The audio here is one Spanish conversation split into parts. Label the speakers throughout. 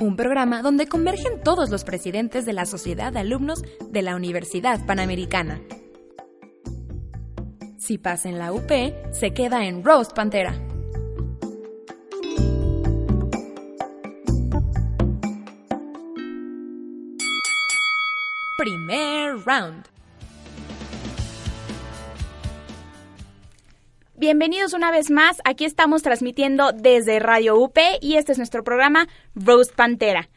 Speaker 1: un programa donde convergen todos los presidentes de la Sociedad de Alumnos de la Universidad Panamericana. Si pasa en la UP, se queda en Rose Pantera. Primer round.
Speaker 2: Bienvenidos una vez más. Aquí estamos transmitiendo desde Radio UP y este es nuestro programa Roast Pantera.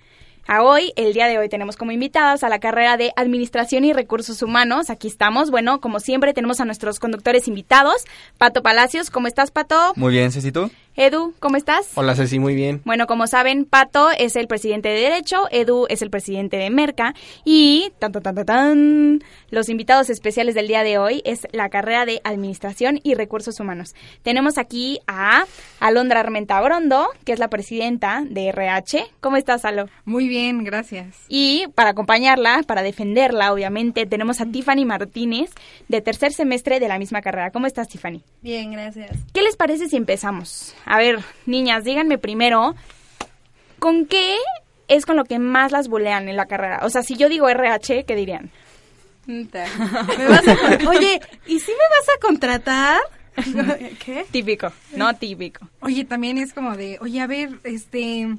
Speaker 2: A hoy, el día de hoy, tenemos como invitadas a la carrera de Administración y Recursos Humanos. Aquí estamos. Bueno, como siempre, tenemos a nuestros conductores invitados. Pato Palacios, ¿cómo estás, Pato?
Speaker 3: Muy bien, Ceci, ¿tú?
Speaker 2: Edu, ¿cómo estás?
Speaker 3: Hola, Ceci, muy bien.
Speaker 2: Bueno, como saben, Pato es el presidente de Derecho, Edu es el presidente de Merca y tan, tan, tan, tan, tan, los invitados especiales del día de hoy es la carrera de Administración y Recursos Humanos. Tenemos aquí a Alondra Armentagrondo, que es la presidenta de RH. ¿Cómo estás, Alo?
Speaker 4: Muy bien, gracias.
Speaker 2: Y para acompañarla, para defenderla, obviamente, tenemos a Tiffany Martínez, de tercer semestre de la misma carrera. ¿Cómo estás, Tiffany?
Speaker 4: Bien, gracias.
Speaker 2: ¿Qué les parece si empezamos? A ver, niñas, díganme primero, ¿con qué es con lo que más las bulean en la carrera? O sea, si yo digo RH, ¿qué dirían?
Speaker 4: ¿Me vas a- Oye, ¿y si me vas a contratar? ¿Qué?
Speaker 2: Típico, no típico.
Speaker 4: Oye, también es como de, oye, a ver, este,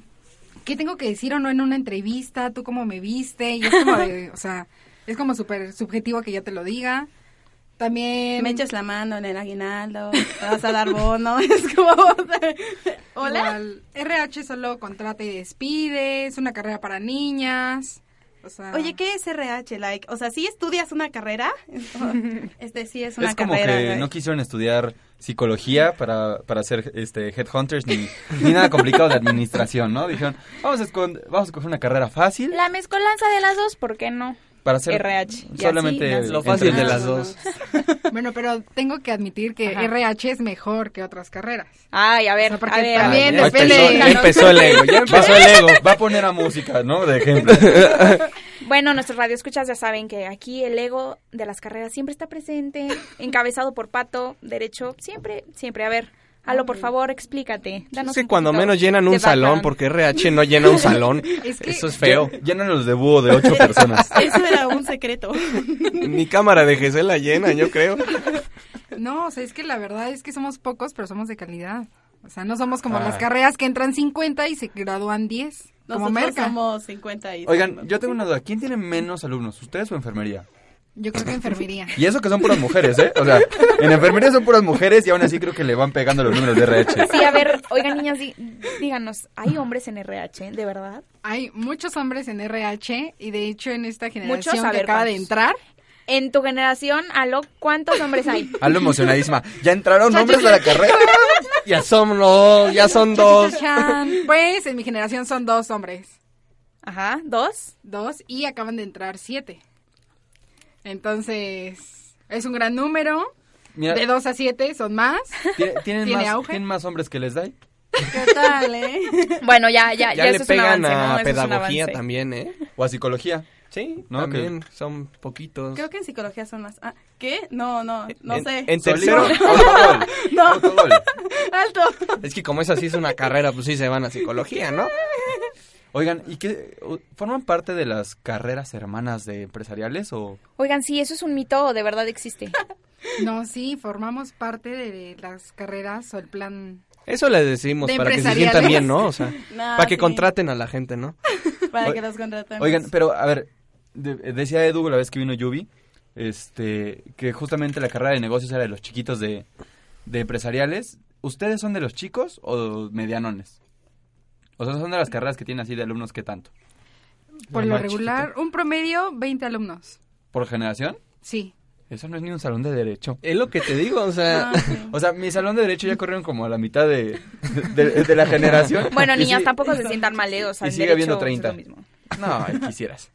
Speaker 4: ¿qué tengo que decir o no en una entrevista? ¿Tú cómo me viste? Y es como de, o sea, es como súper subjetivo que yo te lo diga. También...
Speaker 5: Me echas la mano en el aguinaldo, te vas a dar bono, es como... Hola.
Speaker 4: Igual, RH solo contrata y despide, es una carrera para niñas. O sea,
Speaker 5: Oye, ¿qué es RH? Like, o sea, ¿sí estudias una carrera? Este sí es una
Speaker 3: Es como
Speaker 5: carrera.
Speaker 3: que
Speaker 5: like.
Speaker 3: no quisieron estudiar psicología para, para ser este, headhunters ni, ni nada complicado de administración, ¿no? Dijeron, vamos a, escon- vamos a coger una carrera fácil
Speaker 2: La mezcolanza de las dos, ¿por qué no?
Speaker 3: para ser
Speaker 2: RH, y así,
Speaker 3: solamente...
Speaker 2: nace.
Speaker 6: Lo fácil de
Speaker 3: entre-
Speaker 6: las dos.
Speaker 4: Bueno, pero tengo que admitir que
Speaker 2: Ajá.
Speaker 4: RH es mejor que otras carreras.
Speaker 2: Ay, a ver,
Speaker 4: O sea, porque
Speaker 2: a ver.
Speaker 4: también
Speaker 3: Ah, ya
Speaker 4: depende-
Speaker 3: empezó- ya empezó el ego, ya empezó el ego. Va a poner a música, ¿no? De ejemplo.
Speaker 2: Bueno, nuestros radioescuchas ya saben que aquí el ego de las carreras siempre está presente, encabezado por Pato, derecho, siempre, siempre. A ver, Alo, por favor, explícate.
Speaker 6: Es
Speaker 2: Danos
Speaker 6: que
Speaker 2: un
Speaker 6: cuando
Speaker 2: poquito
Speaker 6: menos llenan
Speaker 2: de
Speaker 6: un
Speaker 2: background.
Speaker 6: salón, porque RH no llena un salón.
Speaker 4: Es que-
Speaker 6: Eso es feo.
Speaker 3: Llenan los de búho de ocho personas.
Speaker 5: Eso era un secreto.
Speaker 6: Mi cámara de Gesell la llena, yo creo.
Speaker 4: No, o sea, es que la verdad es que somos pocos, pero somos de calidad. O sea, no somos como
Speaker 3: Ah.
Speaker 4: las carreras que entran 50 y se gradúan 10. como
Speaker 5: Nosotros
Speaker 4: merca.
Speaker 5: somos 50 y...
Speaker 3: Oigan, yo tengo una duda. ¿Quién tiene menos alumnos, ustedes o enfermería?
Speaker 4: Yo creo que enfermería.
Speaker 3: Y eso que son puras mujeres, ¿eh? O sea, en enfermería son puras mujeres y aún así creo que le van pegando los números de RH.
Speaker 2: Sí, a ver, oigan, niñas, di- díganos, ¿hay hombres en RH, de verdad?
Speaker 4: Hay muchos hombres en RH y de hecho en esta generación
Speaker 2: Muchos, a
Speaker 4: que
Speaker 2: ver,
Speaker 4: acaba de
Speaker 2: ¿cuántos?
Speaker 4: entrar.
Speaker 2: En tu generación, Alo, ¿cuántos hombres hay?
Speaker 3: Algo emocionadísima. Ya entraron hombres a la carrera.
Speaker 6: Ya son dos, ya son dos.
Speaker 4: Chan. Pues en mi generación son dos hombres.
Speaker 2: Ajá, ¿dos?
Speaker 4: Dos y acaban de entrar siete. Entonces, es un gran número.
Speaker 3: Mira,
Speaker 4: De dos a siete son más.
Speaker 3: ¿tie- ¿tienen,
Speaker 4: ¿tiene
Speaker 3: más,
Speaker 4: auge?
Speaker 3: tienen más hombres que les da?
Speaker 5: ¿Qué tal, eh?
Speaker 2: Bueno, ya, ya, ya,
Speaker 6: Ya
Speaker 2: eso
Speaker 6: le
Speaker 2: es un
Speaker 6: pegan
Speaker 2: avance, ¿no?
Speaker 6: a
Speaker 2: Eso es un
Speaker 6: pedagogía
Speaker 2: avance.
Speaker 6: también, ¿eh?
Speaker 3: ¿O a psicología?
Speaker 6: Sí,
Speaker 3: No,
Speaker 6: también son poquitos.
Speaker 5: Creo que en psicología son más... Ah, ¿Qué? No, no, no
Speaker 6: En-
Speaker 5: sé.
Speaker 6: en
Speaker 3: ¿Solito?
Speaker 6: tercero.
Speaker 3: Autogol.
Speaker 5: No.
Speaker 3: Autogol.
Speaker 5: ¡Alto!
Speaker 6: Es que como esa sí es una carrera, pues sí se van a psicología, ¿no?
Speaker 3: Oigan, ¿y qué? o- ¿Forman parte de las carreras hermanas de empresariales o...?
Speaker 2: Oigan, sí, eso es un mito o de verdad existe.
Speaker 4: No, sí, formamos parte de las carreras o el plan
Speaker 6: Eso le decimos
Speaker 4: De
Speaker 6: para que se
Speaker 4: empresariales.
Speaker 6: sientan bien, ¿no? O sea,
Speaker 5: Nah,
Speaker 6: para que
Speaker 5: sí.
Speaker 6: contraten a la gente, ¿no?
Speaker 5: Para
Speaker 3: Oi-
Speaker 5: que los contratemos.
Speaker 3: Oigan, pero a ver, de- decía Edu la vez que vino Yubi, este, que justamente la carrera de negocios era de los chiquitos de, de empresariales. ¿Ustedes son de los chicos o medianones? O sea, son de las carreras que tienen así de alumnos que tanto.
Speaker 4: Por
Speaker 6: La
Speaker 4: lo
Speaker 6: más
Speaker 4: regular, un promedio 20 alumnos.
Speaker 3: ¿Por generación?
Speaker 4: Sí.
Speaker 3: Eso no es ni un salón de derecho.
Speaker 6: Es lo que te digo, o sea,
Speaker 5: No, sí.
Speaker 3: O sea, mi salón de derecho ya corrieron como a la mitad de, de- de la generación.
Speaker 2: Bueno,
Speaker 3: Y
Speaker 2: niñas,
Speaker 3: sí-
Speaker 2: tampoco se sientan mal, eh, o sea,
Speaker 3: y
Speaker 2: en
Speaker 3: sigue
Speaker 2: derecho
Speaker 3: habiendo
Speaker 2: es lo
Speaker 3: 30.
Speaker 2: mismo.
Speaker 3: No, ay, quisieras.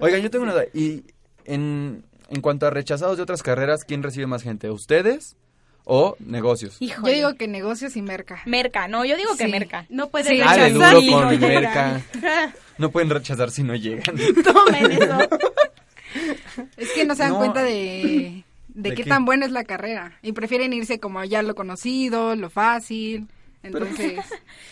Speaker 3: Oigan, yo tengo una duda. Y en, en cuanto a rechazados de otras carreras, ¿quién recibe más gente? ¿Ustedes o negocios?
Speaker 4: Yo digo que negocios y merca.
Speaker 2: Merca, no, yo digo que
Speaker 4: Sí.
Speaker 2: merca.
Speaker 5: No puede
Speaker 4: Sí.
Speaker 5: rechazar
Speaker 6: Dale Ah, duro
Speaker 5: si
Speaker 6: con
Speaker 5: no
Speaker 6: merca.
Speaker 5: llegan.
Speaker 3: No pueden rechazar si no llegan.
Speaker 5: Tomen eso.
Speaker 4: Es que no se dan
Speaker 3: No.
Speaker 4: cuenta de, de
Speaker 3: ¿De
Speaker 4: qué,
Speaker 3: qué?
Speaker 4: tan buena es la carrera. Y prefieren irse como ya lo conocido, lo fácil. Entonces,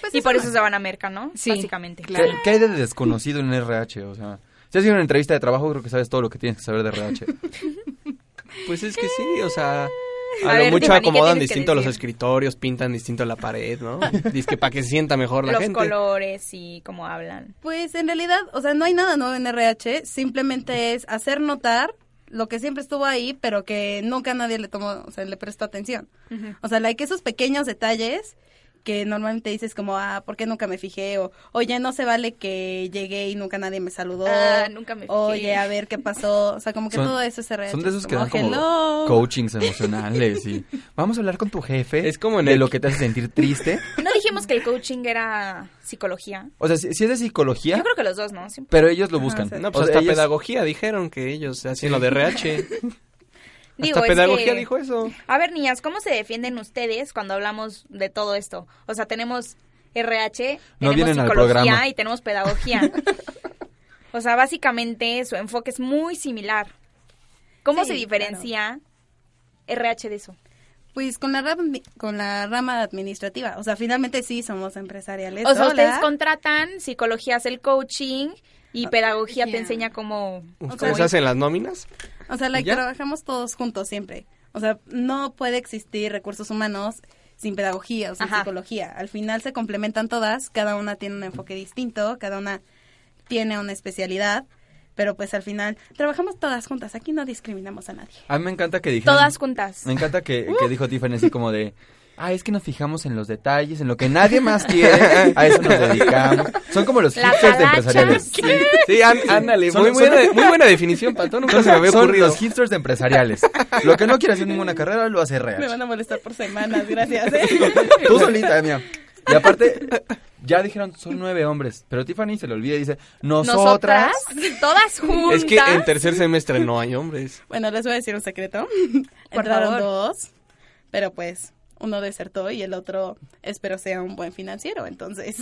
Speaker 4: pues
Speaker 2: y por eso se van a merca, ¿no?
Speaker 4: Sí,
Speaker 2: Básicamente.
Speaker 4: claro.
Speaker 3: ¿Qué, qué hay de desconocido en RH? O sea, si has ido a una entrevista de trabajo, creo que sabes todo lo que tienes que saber de RH.
Speaker 6: Pues es que sí, o sea,
Speaker 2: A
Speaker 6: a,
Speaker 2: ver,
Speaker 6: lo mucho
Speaker 2: Tiffany, ¿qué
Speaker 6: acomodan
Speaker 2: tienes que
Speaker 6: distinto los
Speaker 2: decir?
Speaker 6: escritorios, pintan distinto la pared, ¿no? Dice que para que se sienta mejor la
Speaker 2: Los
Speaker 6: gente.
Speaker 2: colores y cómo hablan.
Speaker 5: Pues en realidad, o sea, no hay nada nuevo en RH, simplemente es hacer notar lo que siempre estuvo ahí, pero que nunca nadie le tomó, o sea, le prestó atención. O sea, hay que esos pequeños detalles que normalmente dices como, ah, ¿por qué nunca me fijé? O, oye, no se vale que llegué y nunca nadie me saludó.
Speaker 2: Ah, nunca me fijé.
Speaker 5: Oye, a ver qué pasó. O sea, como que
Speaker 3: Son-
Speaker 5: todo eso es RH.
Speaker 3: Son de esos que
Speaker 5: como,
Speaker 3: dan como
Speaker 5: "Hello".
Speaker 3: coachings emocionales y vamos a hablar con tu jefe.
Speaker 6: Es como en
Speaker 3: de
Speaker 6: el-
Speaker 3: lo que te hace sentir triste.
Speaker 2: No dijimos que el coaching era psicología.
Speaker 3: O sea, si, si es de psicología,
Speaker 2: Yo creo que los dos, ¿no? Sí.
Speaker 3: pero ellos lo buscan.
Speaker 6: No, pues
Speaker 3: O sea,
Speaker 6: hasta
Speaker 3: ellos-
Speaker 6: pedagogía dijeron que ellos hacían lo de RH.
Speaker 2: Digo,
Speaker 6: hasta
Speaker 2: es
Speaker 6: pedagogía
Speaker 2: que-
Speaker 6: dijo eso.
Speaker 2: A ver, niñas, ¿cómo se defienden ustedes cuando hablamos de todo esto? O sea, tenemos RH,
Speaker 3: No
Speaker 2: tenemos
Speaker 3: vienen al
Speaker 2: psicología
Speaker 3: programa.
Speaker 2: y tenemos pedagogía. o sea, básicamente su enfoque es muy similar. ¿Cómo
Speaker 5: Sí,
Speaker 2: se diferencia RH de eso?
Speaker 5: Pues con la, ram- con la rama administrativa. O sea, finalmente sí somos empresariales.
Speaker 2: O sea,
Speaker 5: Hola.
Speaker 2: ustedes contratan, psicología hace el coaching y
Speaker 5: Ah,
Speaker 2: pedagogía te
Speaker 4: ya.
Speaker 2: enseña cómo...
Speaker 6: ¿Ustedes
Speaker 2: cómo-
Speaker 6: hacen las nóminas?
Speaker 5: O sea, la que
Speaker 6: ¿Ya?
Speaker 5: trabajamos todos juntos siempre. O sea, no puede existir recursos humanos sin pedagogía o sin
Speaker 2: Ajá.
Speaker 5: psicología. Al final se complementan todas, cada una tiene un enfoque distinto, cada una tiene una especialidad, pero pues al final trabajamos todas juntas, aquí no discriminamos a nadie.
Speaker 3: A mí me encanta que dijeron...
Speaker 2: Todas juntas.
Speaker 3: Me encanta que, que dijo Tiffany así como de... Ah, es que nos fijamos en los detalles, en lo que nadie más quiere. A eso nos dedicamos. Son como los
Speaker 2: Las
Speaker 3: hipsters de
Speaker 2: talachas.
Speaker 3: empresariales.
Speaker 6: Sí, an- ándale,
Speaker 3: Son-
Speaker 6: muy,
Speaker 3: son-
Speaker 6: buena, muy buena definición, Pato, nunca se me había
Speaker 3: Son
Speaker 6: ocurrido.
Speaker 3: los hipsters de empresariales. Lo que no quiere hacer ninguna carrera lo hace RH.
Speaker 5: Me van a molestar por semanas, gracias. ¿eh?
Speaker 3: Tú solita, mía. Y aparte, ya dijeron, son nueve hombres. Pero Tiffany se le olvida y dice, nosotras.
Speaker 2: Todas juntas.
Speaker 6: Es que en tercer semestre no hay hombres.
Speaker 5: Bueno, les voy a decir un secreto.
Speaker 2: Por
Speaker 5: Entraron
Speaker 2: favor.
Speaker 5: dos, pero pues uno desertó y el otro espero sea un buen financiero, entonces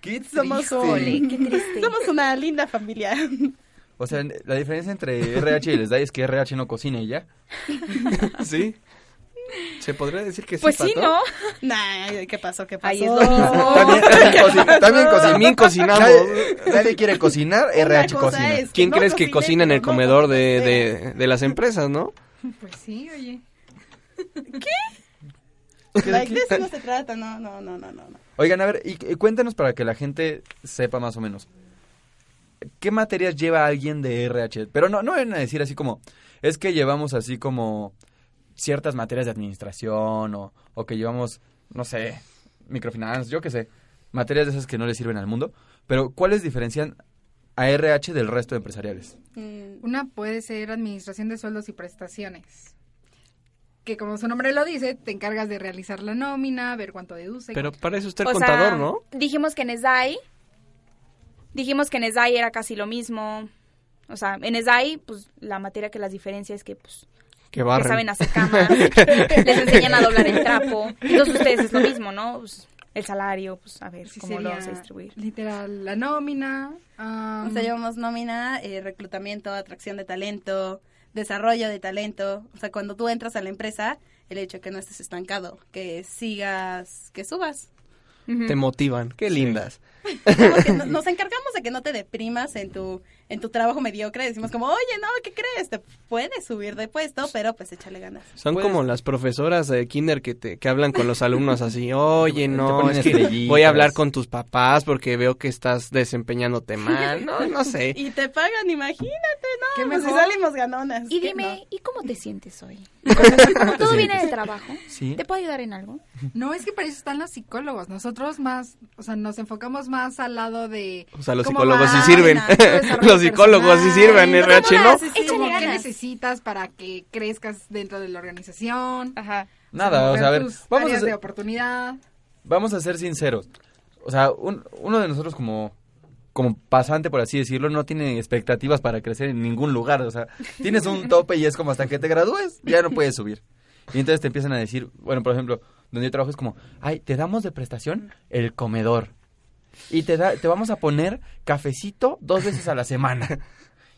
Speaker 3: Kids somos
Speaker 2: Híjole,
Speaker 3: sí.
Speaker 2: qué triste.
Speaker 5: somos una linda familia.
Speaker 3: O sea, la diferencia entre RH y les da es que RH no cocina y ya.
Speaker 6: ¿Sí? ¿Se podría decir que sí,
Speaker 2: Pues sí,
Speaker 6: Pato?
Speaker 2: ¿no?
Speaker 5: Nah, ¿qué pasó? ¿Qué pasó?
Speaker 2: Ahí es lo mismo.
Speaker 3: También, también cocina- también cocina.
Speaker 6: También cocinamos.
Speaker 3: Nadie, nadie quiere cocinar, RH cocina.
Speaker 6: ¿Quién crees que cocina en el comedor de,
Speaker 5: de
Speaker 6: de, de las empresas, no?
Speaker 4: Pues sí, oye.
Speaker 5: Like this no se trata, no, no, no, no, no. no.
Speaker 3: Oigan, a ver, y, y cuéntanos para que la gente sepa más o menos. ¿Qué materias lleva alguien de RH? Pero no, no van a decir así como, es que llevamos así como ciertas materias de administración o, o que llevamos, no sé, microfinanzas, yo qué sé, materias de esas que no le sirven al mundo. Pero, ¿cuáles diferencian a RH del resto de empresariales?
Speaker 5: Mm,
Speaker 4: Una puede ser administración de sueldos y prestaciones. Que como su nombre lo dice, te encargas de realizar la nómina, ver cuánto deduce.
Speaker 6: Pero parece usted
Speaker 2: O sea,
Speaker 6: contador, ¿no?
Speaker 2: Dijimos que en SDAI, dijimos que en SDAI era casi lo mismo. O sea, en SDAI, pues la materia que las diferencia es que, pues,
Speaker 6: Que
Speaker 2: que
Speaker 6: barren.
Speaker 2: saben hacer cama, les enseñan a doblar el trapo. Entonces ustedes es lo mismo, ¿no? Pues, el salario, pues a ver
Speaker 4: Sí
Speaker 2: cómo lo
Speaker 4: sería
Speaker 2: vamos a distribuir.
Speaker 4: Literal, la nómina. ah,
Speaker 5: O sea, llevamos nómina, eh, reclutamiento, atracción de talento, desarrollo de talento. O sea, cuando tú entras a la empresa, el hecho de que no estés estancado, que sigas, que subas.
Speaker 6: Te motivan. Qué lindas.
Speaker 5: Como que no- nos encargamos de que no te deprimas en tu en tu trabajo mediocre. Decimos como, oye, no, ¿qué crees? Te puedes subir de puesto, pero pues échale ganas.
Speaker 6: Son
Speaker 3: Pues-
Speaker 6: como las profesoras de kinder que te que hablan con los alumnos así, oye, no,
Speaker 3: ponen
Speaker 6: es que
Speaker 3: estrellitas".
Speaker 6: voy a hablar con tus papás porque veo que estás desempeñándote mal, no, no
Speaker 2: Eh.
Speaker 6: sé.
Speaker 5: Y te pagan, imagínate, ¿no?
Speaker 4: ¿Qué
Speaker 5: Pues si
Speaker 4: mejor?
Speaker 5: salimos ganonas.
Speaker 2: Y
Speaker 5: ¿qué
Speaker 2: dime,
Speaker 5: no?
Speaker 2: ¿y cómo te sientes hoy?
Speaker 3: ¿Cómo te
Speaker 2: ¿Todo viene
Speaker 3: sientes?
Speaker 2: del trabajo?
Speaker 3: Sí.
Speaker 2: ¿Te puedo ayudar en algo?
Speaker 4: No, es que para eso están los psicólogos. Nosotros más, o sea, nos enfocamos más al lado de...
Speaker 6: O sea, los
Speaker 4: cómo
Speaker 6: psicólogos
Speaker 4: va
Speaker 6: sí sirven.
Speaker 4: tu desarrollo
Speaker 6: Los psicólogos sí
Speaker 4: personal,
Speaker 6: sirven, RH no.
Speaker 5: Sí, sí,
Speaker 4: como
Speaker 5: como
Speaker 4: ¿Qué
Speaker 5: que neces-
Speaker 4: necesitas para que crezcas dentro de la organización?
Speaker 2: Ajá.
Speaker 3: Nada, o sea, a ver,
Speaker 4: tus
Speaker 3: vamos a
Speaker 4: áreas
Speaker 3: hacer-
Speaker 4: de oportunidad.
Speaker 3: Vamos a ser sinceros. O sea, un- uno de nosotros como como pasante, por así decirlo, no tiene expectativas para crecer en ningún lugar. O sea, tienes un tope y es como hasta que te gradúes, ya no puedes subir. Y entonces te empiezan a decir, bueno, por ejemplo, donde yo trabajo es como, ay, te damos de prestación el comedor. Y te, da- te vamos a poner cafecito dos veces a la semana.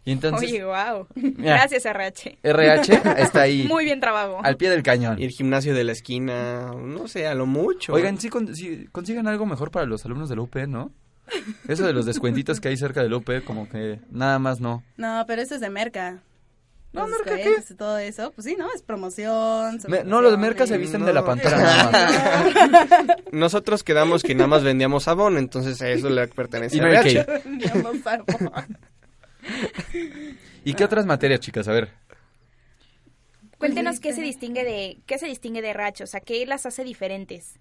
Speaker 3: Y entonces,
Speaker 2: Oye, wow.
Speaker 3: Mira.
Speaker 2: Gracias, RH.
Speaker 3: RH está ahí,
Speaker 2: Muy bien trabajo.
Speaker 3: al pie del cañón.
Speaker 6: Y el gimnasio de la esquina, no sé, a lo mucho.
Speaker 3: Oigan, sí, con- sí, consigan algo mejor para los alumnos de la UP, ¿no? Eso de los descuentitos que hay cerca de la UP, como que nada más no.
Speaker 5: No, pero eso es de merca.
Speaker 3: No,
Speaker 5: Los
Speaker 3: ¿merca qué?
Speaker 5: cohetes y todo eso, pues sí, ¿no? Es promoción.
Speaker 3: Me- no, los mercas se
Speaker 5: subvenciones.
Speaker 3: visten de la pantera nada más.
Speaker 6: nosotros quedamos que nada más vendíamos sabón, entonces a eso le pertenece
Speaker 3: Y
Speaker 6: a
Speaker 3: Mary
Speaker 6: RH.
Speaker 3: Kay.
Speaker 5: Digamos, favor.
Speaker 3: ¿Y qué otras materias, chicas? A ver.
Speaker 2: Cuéntenos qué se distingue de qué se distingue de RH, o sea, qué las hace diferentes.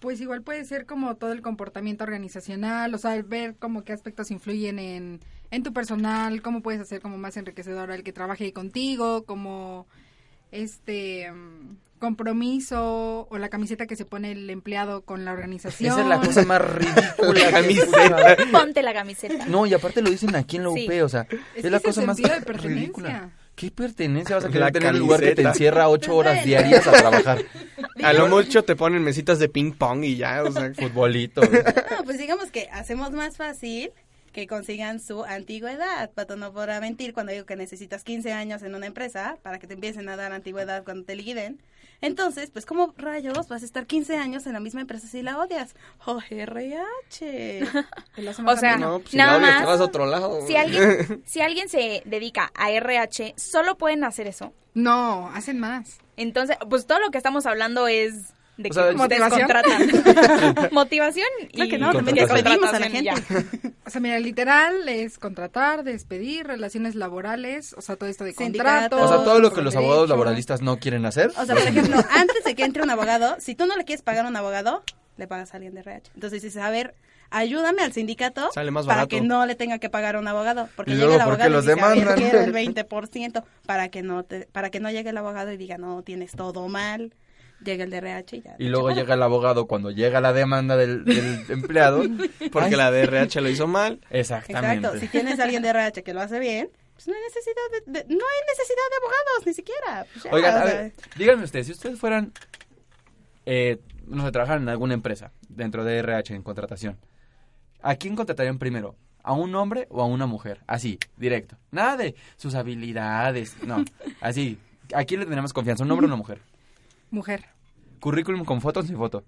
Speaker 4: Pues igual puede ser como todo el comportamiento organizacional, o sea, ver como qué aspectos influyen en, en tu personal, cómo puedes hacer como más enriquecedor al que trabaje ahí contigo, como este mm, compromiso o la camiseta que se pone el empleado con la organización.
Speaker 3: Esa es la cosa más ridícula. que
Speaker 6: Camiseta.
Speaker 2: Ponte la camiseta.
Speaker 3: No, y aparte lo dicen aquí en la UP,
Speaker 2: Sí.
Speaker 3: o sea, es,
Speaker 4: Es que
Speaker 3: la
Speaker 4: es el
Speaker 3: cosa más
Speaker 4: sentido de pertenencia.
Speaker 3: ridícula. ¿Qué pertenencia vas a querer
Speaker 6: La
Speaker 3: tener en un lugar que te
Speaker 6: camiseta.
Speaker 3: encierra ocho horas diarias a trabajar?
Speaker 6: A lo mucho te ponen mesitas de ping pong y ya, o sea,
Speaker 3: Futbolito.
Speaker 5: No, pues digamos que hacemos más fácil que consigan su antigüedad. Pato no podrá mentir cuando digo que necesitas 15 años en una empresa para que te empiecen a dar antigüedad cuando te liquiden. Entonces, pues como rayos vas a estar 15 años en la misma empresa si la odias. ¡Oh, RH!
Speaker 4: El aso
Speaker 2: O
Speaker 4: más
Speaker 2: sea,
Speaker 4: ameno.
Speaker 6: no, pues, si
Speaker 2: nada
Speaker 6: la odias,
Speaker 2: más.
Speaker 6: te vas a otro lado.
Speaker 2: Si alguien, si alguien se dedica a RH, solo pueden hacer eso.
Speaker 4: no, hacen más.
Speaker 2: Entonces, pues todo lo que estamos hablando es de
Speaker 3: O sea,
Speaker 2: que ustedes
Speaker 4: motivación.
Speaker 2: contratan. motivación y
Speaker 5: Claro que no, también
Speaker 3: Y
Speaker 5: despedimos a la
Speaker 2: contratación y ya.
Speaker 5: gente.
Speaker 4: O sea, mira, literal es contratar, despedir, relaciones laborales, o sea, todo esto de
Speaker 5: Sindicatos.
Speaker 4: contratos.
Speaker 3: O sea, todo lo que los
Speaker 4: sobre
Speaker 3: abogados
Speaker 4: derecho.
Speaker 3: laboralistas no quieren hacer.
Speaker 5: O sea, por ejemplo, antes de que entre un abogado, si tú no le quieres pagar a un abogado, le pagas a alguien de RH. Entonces dices, a ver, ayúdame al sindicato
Speaker 6: Sale más
Speaker 5: para
Speaker 6: barato.
Speaker 5: que no le tenga que pagar a un abogado. Porque
Speaker 3: Y
Speaker 5: llega el
Speaker 3: luego, ¿por qué
Speaker 5: abogado
Speaker 3: los
Speaker 5: y dice, a ver,
Speaker 3: demandan?
Speaker 5: quiero el 20% para que, no te, para que no llegue el abogado y diga, no, tienes todo mal. Llega el de RH y ya.
Speaker 3: Y luego llega el abogado cuando llega la demanda del, del empleado.
Speaker 6: Porque
Speaker 3: Ay,
Speaker 6: la de RH lo hizo mal.
Speaker 3: Exactamente.
Speaker 5: Exacto, si tienes a alguien de RH que lo hace bien, pues no hay necesidad de, de- no hay necesidad de abogados, ni siquiera. Pues ya,
Speaker 3: Oigan,
Speaker 5: o
Speaker 3: a
Speaker 5: sea,
Speaker 3: ver, díganme ustedes, si ustedes fueran, eh, no sé, trabajaran en alguna empresa dentro de RH en contratación, ¿a quién contratarían primero? ¿A un hombre o a una mujer? Así, directo. Nada de sus habilidades, no. Así, ¿a quién le tenemos confianza? ¿Un hombre o una mujer?
Speaker 4: Mujer,
Speaker 3: ¿Currículum con foto o sin foto?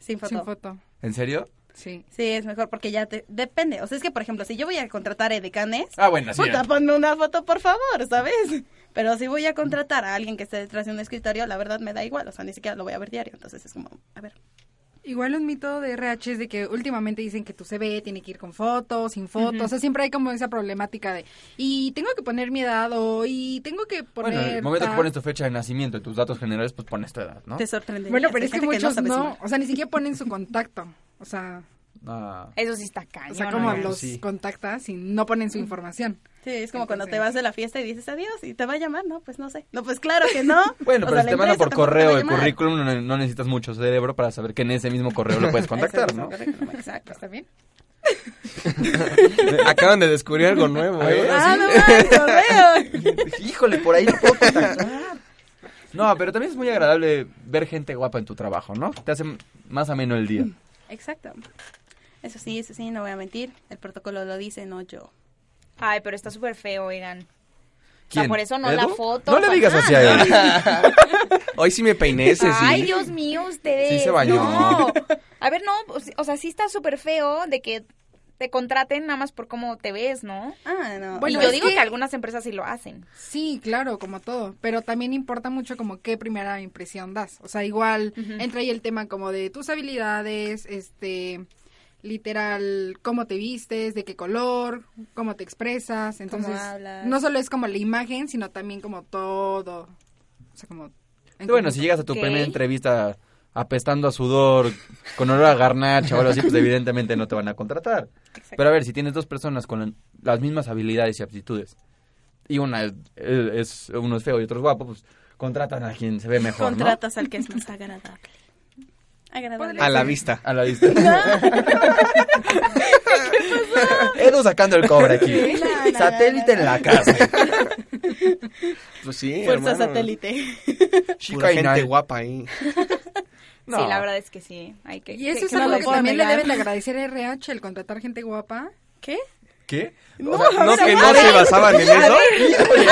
Speaker 5: sin foto.
Speaker 4: sin foto.
Speaker 3: ¿En serio?
Speaker 4: Sí.
Speaker 5: Sí, es mejor porque ya te, depende. O sea, es que, por ejemplo, si yo voy a contratar a edecanes,
Speaker 3: Ah, bueno, sí.
Speaker 5: Puta, ponme una foto, por favor, ¿sabes? Pero si voy a contratar a alguien que esté detrás de un escritorio, la verdad me da igual, o sea, ni siquiera lo voy a ver diario, entonces es como, a ver.
Speaker 4: Igual un mito de RH es de que últimamente dicen que tu CV tiene que ir con fotos, sin fotos, o sea, siempre hay como esa problemática de, y tengo que poner mi edad o, y tengo que poner...
Speaker 3: Bueno, en el momento que
Speaker 4: tal".
Speaker 3: pones tu fecha de nacimiento y tus datos generales, pues pones tu edad, ¿no?
Speaker 5: Te sorprende.
Speaker 4: Bueno, pero es que
Speaker 5: Gente
Speaker 4: muchos
Speaker 5: sabe
Speaker 4: no,
Speaker 5: sumar.
Speaker 4: o sea, ni siquiera ponen su contacto, o sea,
Speaker 3: Ah.
Speaker 2: Eso sí está cañón.
Speaker 4: o sea, como
Speaker 2: ¿no?
Speaker 4: los
Speaker 6: sí.
Speaker 4: contactas y no ponen su información.
Speaker 5: Sí, es como cuando te
Speaker 4: Entonces-
Speaker 5: vas de la fiesta y dices adiós y te va a llamar, ¿no? Pues no sé. No, pues claro que no.
Speaker 3: Bueno,
Speaker 5: O
Speaker 3: pero
Speaker 5: sea,
Speaker 3: si
Speaker 5: la
Speaker 3: te mandan
Speaker 5: empresa
Speaker 3: por
Speaker 5: tampoco te va
Speaker 3: correo
Speaker 5: a
Speaker 3: el
Speaker 5: llamar.
Speaker 3: currículum, no, no necesitas mucho cerebro para saber que en ese mismo correo lo puedes contactar,
Speaker 5: Eso,
Speaker 3: ¿no?
Speaker 5: correcto, Exacto.
Speaker 4: ¿Está bien?
Speaker 6: Acaban de descubrir algo nuevo, ¿eh?
Speaker 5: Ah, no más, correo.
Speaker 3: Híjole, por ahí lo puedo contactar. No, pero también es muy agradable ver gente guapa en tu trabajo, ¿no? Te hace más ameno el día.
Speaker 5: Exacto. Eso sí, eso sí, no voy a mentir. El protocolo lo dice, no yo.
Speaker 2: Ay, pero está súper feo, oigan.
Speaker 3: ¿Quién?
Speaker 2: por eso no
Speaker 3: ¿Edu?
Speaker 2: la foto,
Speaker 3: No le
Speaker 2: pa-
Speaker 3: digas así a él.
Speaker 6: Hoy sí me peiné ese, sí.
Speaker 2: Ay, Dios mío, ustedes.
Speaker 3: Sí se bañó.
Speaker 2: No. A ver, no, o sea- o sea, sí está súper feo de que te contraten nada más por cómo te ves, ¿no?
Speaker 5: Ah, no.
Speaker 4: Bueno,
Speaker 2: y yo
Speaker 4: es
Speaker 2: digo que...
Speaker 4: que-
Speaker 2: algunas empresas sí lo hacen.
Speaker 4: Sí, claro, como todo, pero también importa mucho como qué primera impresión das. O sea, igual entra ahí el tema como de tus habilidades, este, literal, cómo te vistes, de qué color, cómo te expresas. Entonces,
Speaker 5: hablas.
Speaker 4: no solo es como la imagen, sino también como todo. O sea, como... en
Speaker 3: Bueno,
Speaker 4: conjunto.
Speaker 3: si llegas a tu
Speaker 2: Ok.
Speaker 3: primera entrevista apestando a sudor, con olor a garnacha o algo así, pues evidentemente no te van a contratar. Pero a ver, si tienes dos personas con la- las mismas habilidades y aptitudes, y una es, es- uno es feo y otro es guapo, pues contratan a quien se ve mejor, ¿no?
Speaker 5: Contratas al que es más agradable. Agradable.
Speaker 6: A la vista.
Speaker 3: A la distancia. Edu sacando el cobre aquí.
Speaker 4: no, no,
Speaker 3: Satélite en la casa.
Speaker 6: Pues sí,
Speaker 5: Fuerza
Speaker 6: hermano.
Speaker 5: satélite.
Speaker 6: Pura
Speaker 3: y
Speaker 6: gente
Speaker 3: nada.
Speaker 6: guapa ahí.
Speaker 3: No.
Speaker 2: Sí, la verdad es que sí. Hay que,
Speaker 4: Y eso
Speaker 2: que-
Speaker 4: es
Speaker 2: que no
Speaker 4: algo
Speaker 2: lo
Speaker 4: que
Speaker 2: puedo
Speaker 4: también le
Speaker 2: negar.
Speaker 4: deben de agradecer a RH, el contratar gente guapa.
Speaker 5: ¿Qué?
Speaker 3: ¿Qué?
Speaker 6: No, no que no se basaban en eso.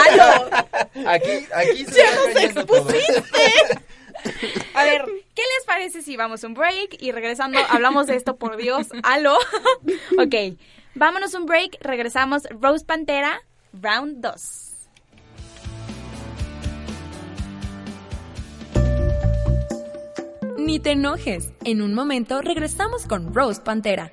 Speaker 3: Aquí, aquí se está cayendo todo.
Speaker 2: A ver, ¿qué les parece si vamos a un break y regresando hablamos de esto, por Dios, aló? ok, vámonos un break, regresamos Rose Pantera, round 2.
Speaker 1: Ni te enojes. En un momento regresamos con Rose Pantera.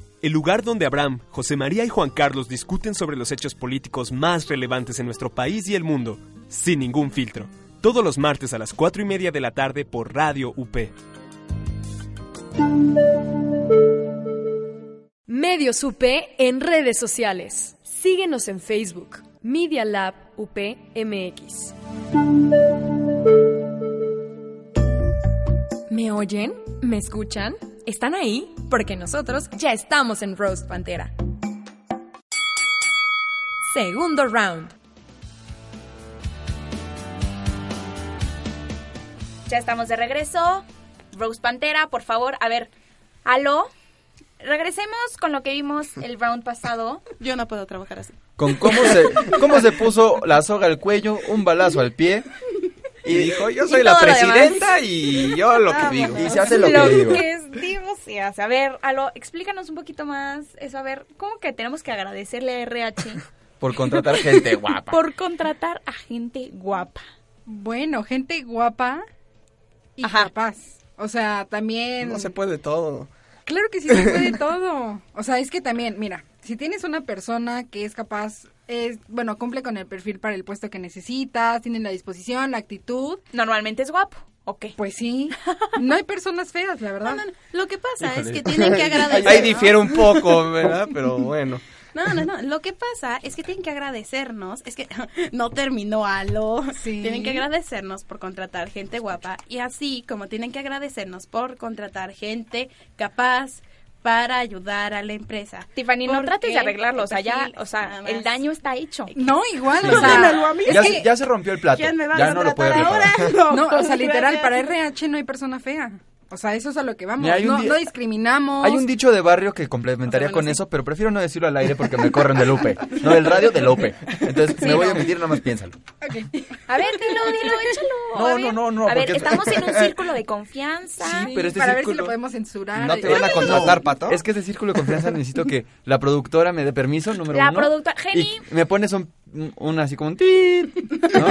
Speaker 7: el lugar donde Abraham, José María y Juan Carlos discuten sobre los hechos políticos más relevantes en nuestro país y el mundo, sin ningún filtro. Todos los martes a las 4 y media de la tarde por Radio UP.
Speaker 8: Medios UP en redes sociales. Síguenos en Facebook, Media Lab UPMX.
Speaker 1: ¿Me oyen? ¿Me escuchan? ¿Están ahí? Porque nosotros ya estamos en Rose Pantera. Segundo round.
Speaker 2: Ya estamos de regreso. Rose Pantera, por favor, a ver, aló. Regresemos con lo que vimos el round pasado.
Speaker 5: Yo no puedo trabajar así.
Speaker 3: Con cómo se, cómo se puso la soga al cuello, un balazo al pie.
Speaker 6: Y dijo, yo
Speaker 2: Y
Speaker 6: soy la
Speaker 2: todo lo demás.
Speaker 6: presidenta y yo lo que digo.
Speaker 3: Y se hace lo que digo.
Speaker 2: es digo se hace. A ver, aló, explícanos un poquito más eso. A ver, ¿cómo que tenemos que agradecerle a RH
Speaker 3: Por contratar gente guapa.
Speaker 2: por contratar a gente guapa?
Speaker 4: Bueno, gente guapa y
Speaker 2: Ajá.
Speaker 4: capaz. O sea, también...
Speaker 6: No se puede todo.
Speaker 4: Claro que sí se puede todo. O sea, es que también, mira, si tienes una persona que es capaz, es, bueno, cumple con el perfil para el puesto que necesitas, tiene la disposición, la actitud,
Speaker 2: Normalmente es guapo, ok.
Speaker 4: pues sí. No hay personas feas, la verdad.
Speaker 5: Lo que pasa es
Speaker 3: Híjole.
Speaker 5: que tienen que agradecer.
Speaker 6: Ahí
Speaker 5: ¿no?
Speaker 6: difiere un poco, ¿verdad? Pero bueno.
Speaker 5: No, no, no. Lo que pasa es que tienen que agradecernos. Es que no terminó algo.
Speaker 4: Sí.
Speaker 5: Tienen que agradecernos por contratar gente guapa. Y así como tienen que agradecernos por contratar gente capaz para ayudar a la empresa.
Speaker 2: Tiffany, no
Speaker 5: Porque
Speaker 2: trates de arreglarlo, o sea, ya,
Speaker 5: perfiles,
Speaker 2: o
Speaker 5: nada
Speaker 2: sea,
Speaker 5: más.
Speaker 2: el daño está hecho.
Speaker 4: Ah, No, igual, o
Speaker 5: Perdónalo,
Speaker 4: sea,
Speaker 5: amigo.
Speaker 3: Ya,
Speaker 5: Es
Speaker 3: se-
Speaker 5: que-
Speaker 3: ya se rompió el plato.
Speaker 5: ¿Quién me va
Speaker 3: Ya
Speaker 5: a
Speaker 3: no lo puede
Speaker 5: contratar
Speaker 3: reparar.
Speaker 5: ahora?
Speaker 4: no, o sea, literal,
Speaker 5: gracias.
Speaker 4: para RH no hay persona fea. O sea, eso es a lo que vamos.
Speaker 3: Mira, hay un
Speaker 4: no,
Speaker 3: di-
Speaker 4: no discriminamos.
Speaker 3: Hay un dicho de barrio que complementaría
Speaker 4: O sea,
Speaker 3: con
Speaker 4: bueno, sí.
Speaker 3: eso, pero prefiero no decirlo al aire porque me corren de Lupe. No, del radio de Lupe. Entonces me voy a
Speaker 4: no.
Speaker 3: omitir, nada más piénsalo.
Speaker 2: A ver, dilo, dilo, échalo.
Speaker 3: No,
Speaker 2: a ver.
Speaker 3: no, no, no,
Speaker 2: A ver,
Speaker 3: porque-
Speaker 2: estamos en un círculo de confianza.
Speaker 3: Sí, pero este
Speaker 4: Ah, para ver si
Speaker 3: círculo-
Speaker 4: lo podemos
Speaker 2: Ah,
Speaker 4: censurar.
Speaker 3: No te van a
Speaker 6: contratar,
Speaker 3: contratar,
Speaker 6: Pato.
Speaker 3: pato. Es que ese círculo de confianza necesito que la productora me dé permiso, número
Speaker 2: La
Speaker 3: uno.
Speaker 2: productora-
Speaker 3: y
Speaker 2: Jenny.
Speaker 3: me pones un, un así como un tit, ¿no?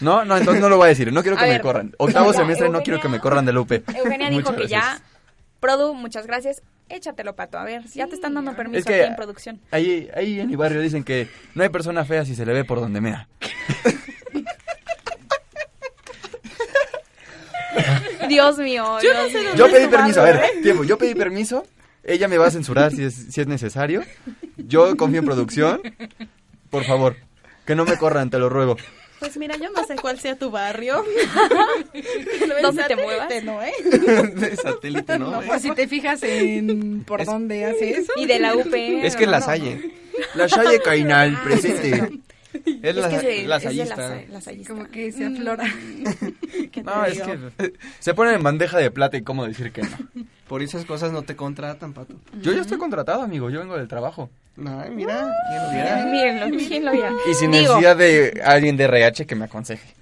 Speaker 3: No, no, entonces no lo voy a decir. No quiero que
Speaker 2: A
Speaker 3: me
Speaker 2: ver.
Speaker 3: corran. Octavo
Speaker 2: Ya,
Speaker 3: semestre, no
Speaker 2: Eugenia-
Speaker 3: quiero que me corran de Lupe.
Speaker 2: Eugenia dijo
Speaker 3: Muchas
Speaker 2: que
Speaker 3: gracias.
Speaker 2: ya. Produ, muchas gracias. Échatelo, Pato. A ver, ya te están dando permiso
Speaker 3: Es que-
Speaker 2: aquí en producción.
Speaker 3: Ahí, ahí en mi barrio dicen que no hay persona fea si se le ve por donde mea.
Speaker 2: Dios mío, Dios mío.
Speaker 3: Yo pedí permiso, a ver, tiempo, yo pedí permiso. Ella me va a censurar si es, si es necesario. Yo confío en producción. Por favor, que no me corran, te lo ruego.
Speaker 5: Pues mira, yo no sé cuál sea tu barrio.
Speaker 2: ¿Dónde te muevas?
Speaker 5: No, ¿eh?
Speaker 6: De satélite, ¿no?
Speaker 4: O si te fijas en por
Speaker 6: Es-
Speaker 4: dónde hace eso.
Speaker 2: Y de la UP.
Speaker 6: Es que
Speaker 2: no,
Speaker 6: la
Speaker 2: no.
Speaker 3: ¿eh?
Speaker 6: Salle.
Speaker 3: La Shaye Cainal, presente.
Speaker 6: ¿eh? Es la,
Speaker 2: Es que se-
Speaker 6: la
Speaker 2: es de la
Speaker 6: Sallista.
Speaker 2: sa- la sallista.
Speaker 4: Como que se aflora.
Speaker 3: No, es que se ponen en bandeja de plata y cómo decir que no.
Speaker 6: Por esas cosas no te contratan, Pato.
Speaker 3: Yo ya estoy contratado, amigo, yo vengo del trabajo.
Speaker 6: Ay, mira. ¿quién lo diera?
Speaker 2: Mírenlo, ¿quién lo vea?
Speaker 3: Y sin
Speaker 2: Digo,
Speaker 3: necesidad de alguien de RH que me aconseje.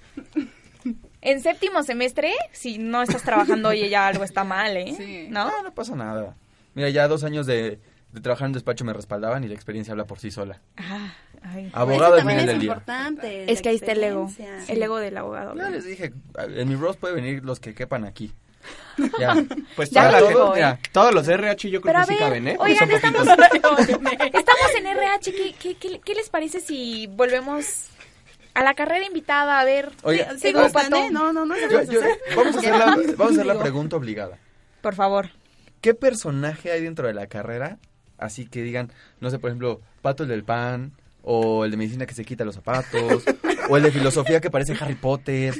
Speaker 2: en séptimo semestre, si no estás trabajando, oye, ya algo está mal, ¿eh?
Speaker 4: Sí.
Speaker 2: ¿No?
Speaker 3: Ah, No, no pasa nada. Mira, ya dos años de, de trabajar en un despacho me respaldaban y la experiencia habla por sí sola.
Speaker 2: Ah, ay.
Speaker 3: Abogado al
Speaker 5: también
Speaker 3: final
Speaker 5: es
Speaker 3: del día.
Speaker 5: importante.
Speaker 2: Es que ahí está el ego.
Speaker 5: experiencia.
Speaker 2: El ego del abogado.
Speaker 3: Ya les dije, en mi Rose puede venir los que quepan aquí. Ya. Pues
Speaker 2: Ya
Speaker 3: para
Speaker 2: lo
Speaker 3: todo,
Speaker 2: dijo,
Speaker 3: mira,
Speaker 6: Todos los RH yo creo
Speaker 2: Pero a
Speaker 6: que sí
Speaker 2: ver,
Speaker 6: caben, ¿eh?
Speaker 2: oigan,
Speaker 6: Son
Speaker 2: estamos,
Speaker 6: poquitos.
Speaker 2: estamos en RH. ¿Qué, qué, qué, qué les parece si volvemos a la carrera invitada? A ver,
Speaker 3: Oiga,
Speaker 2: Edu
Speaker 5: Sí, gustan,
Speaker 2: Pato,
Speaker 5: ¿eh? No, no, no. se
Speaker 3: yo-
Speaker 5: vayan a
Speaker 3: yo-
Speaker 5: hacer.
Speaker 3: vamos, a hacer la, vamos a hacer la pregunta obligada.
Speaker 2: por favor.
Speaker 3: ¿Qué personaje hay dentro de la carrera? Así que digan, no sé, por ejemplo, Pato el del pan, o el de medicina que se quita los zapatos, o el de filosofía que parece Harry Potter.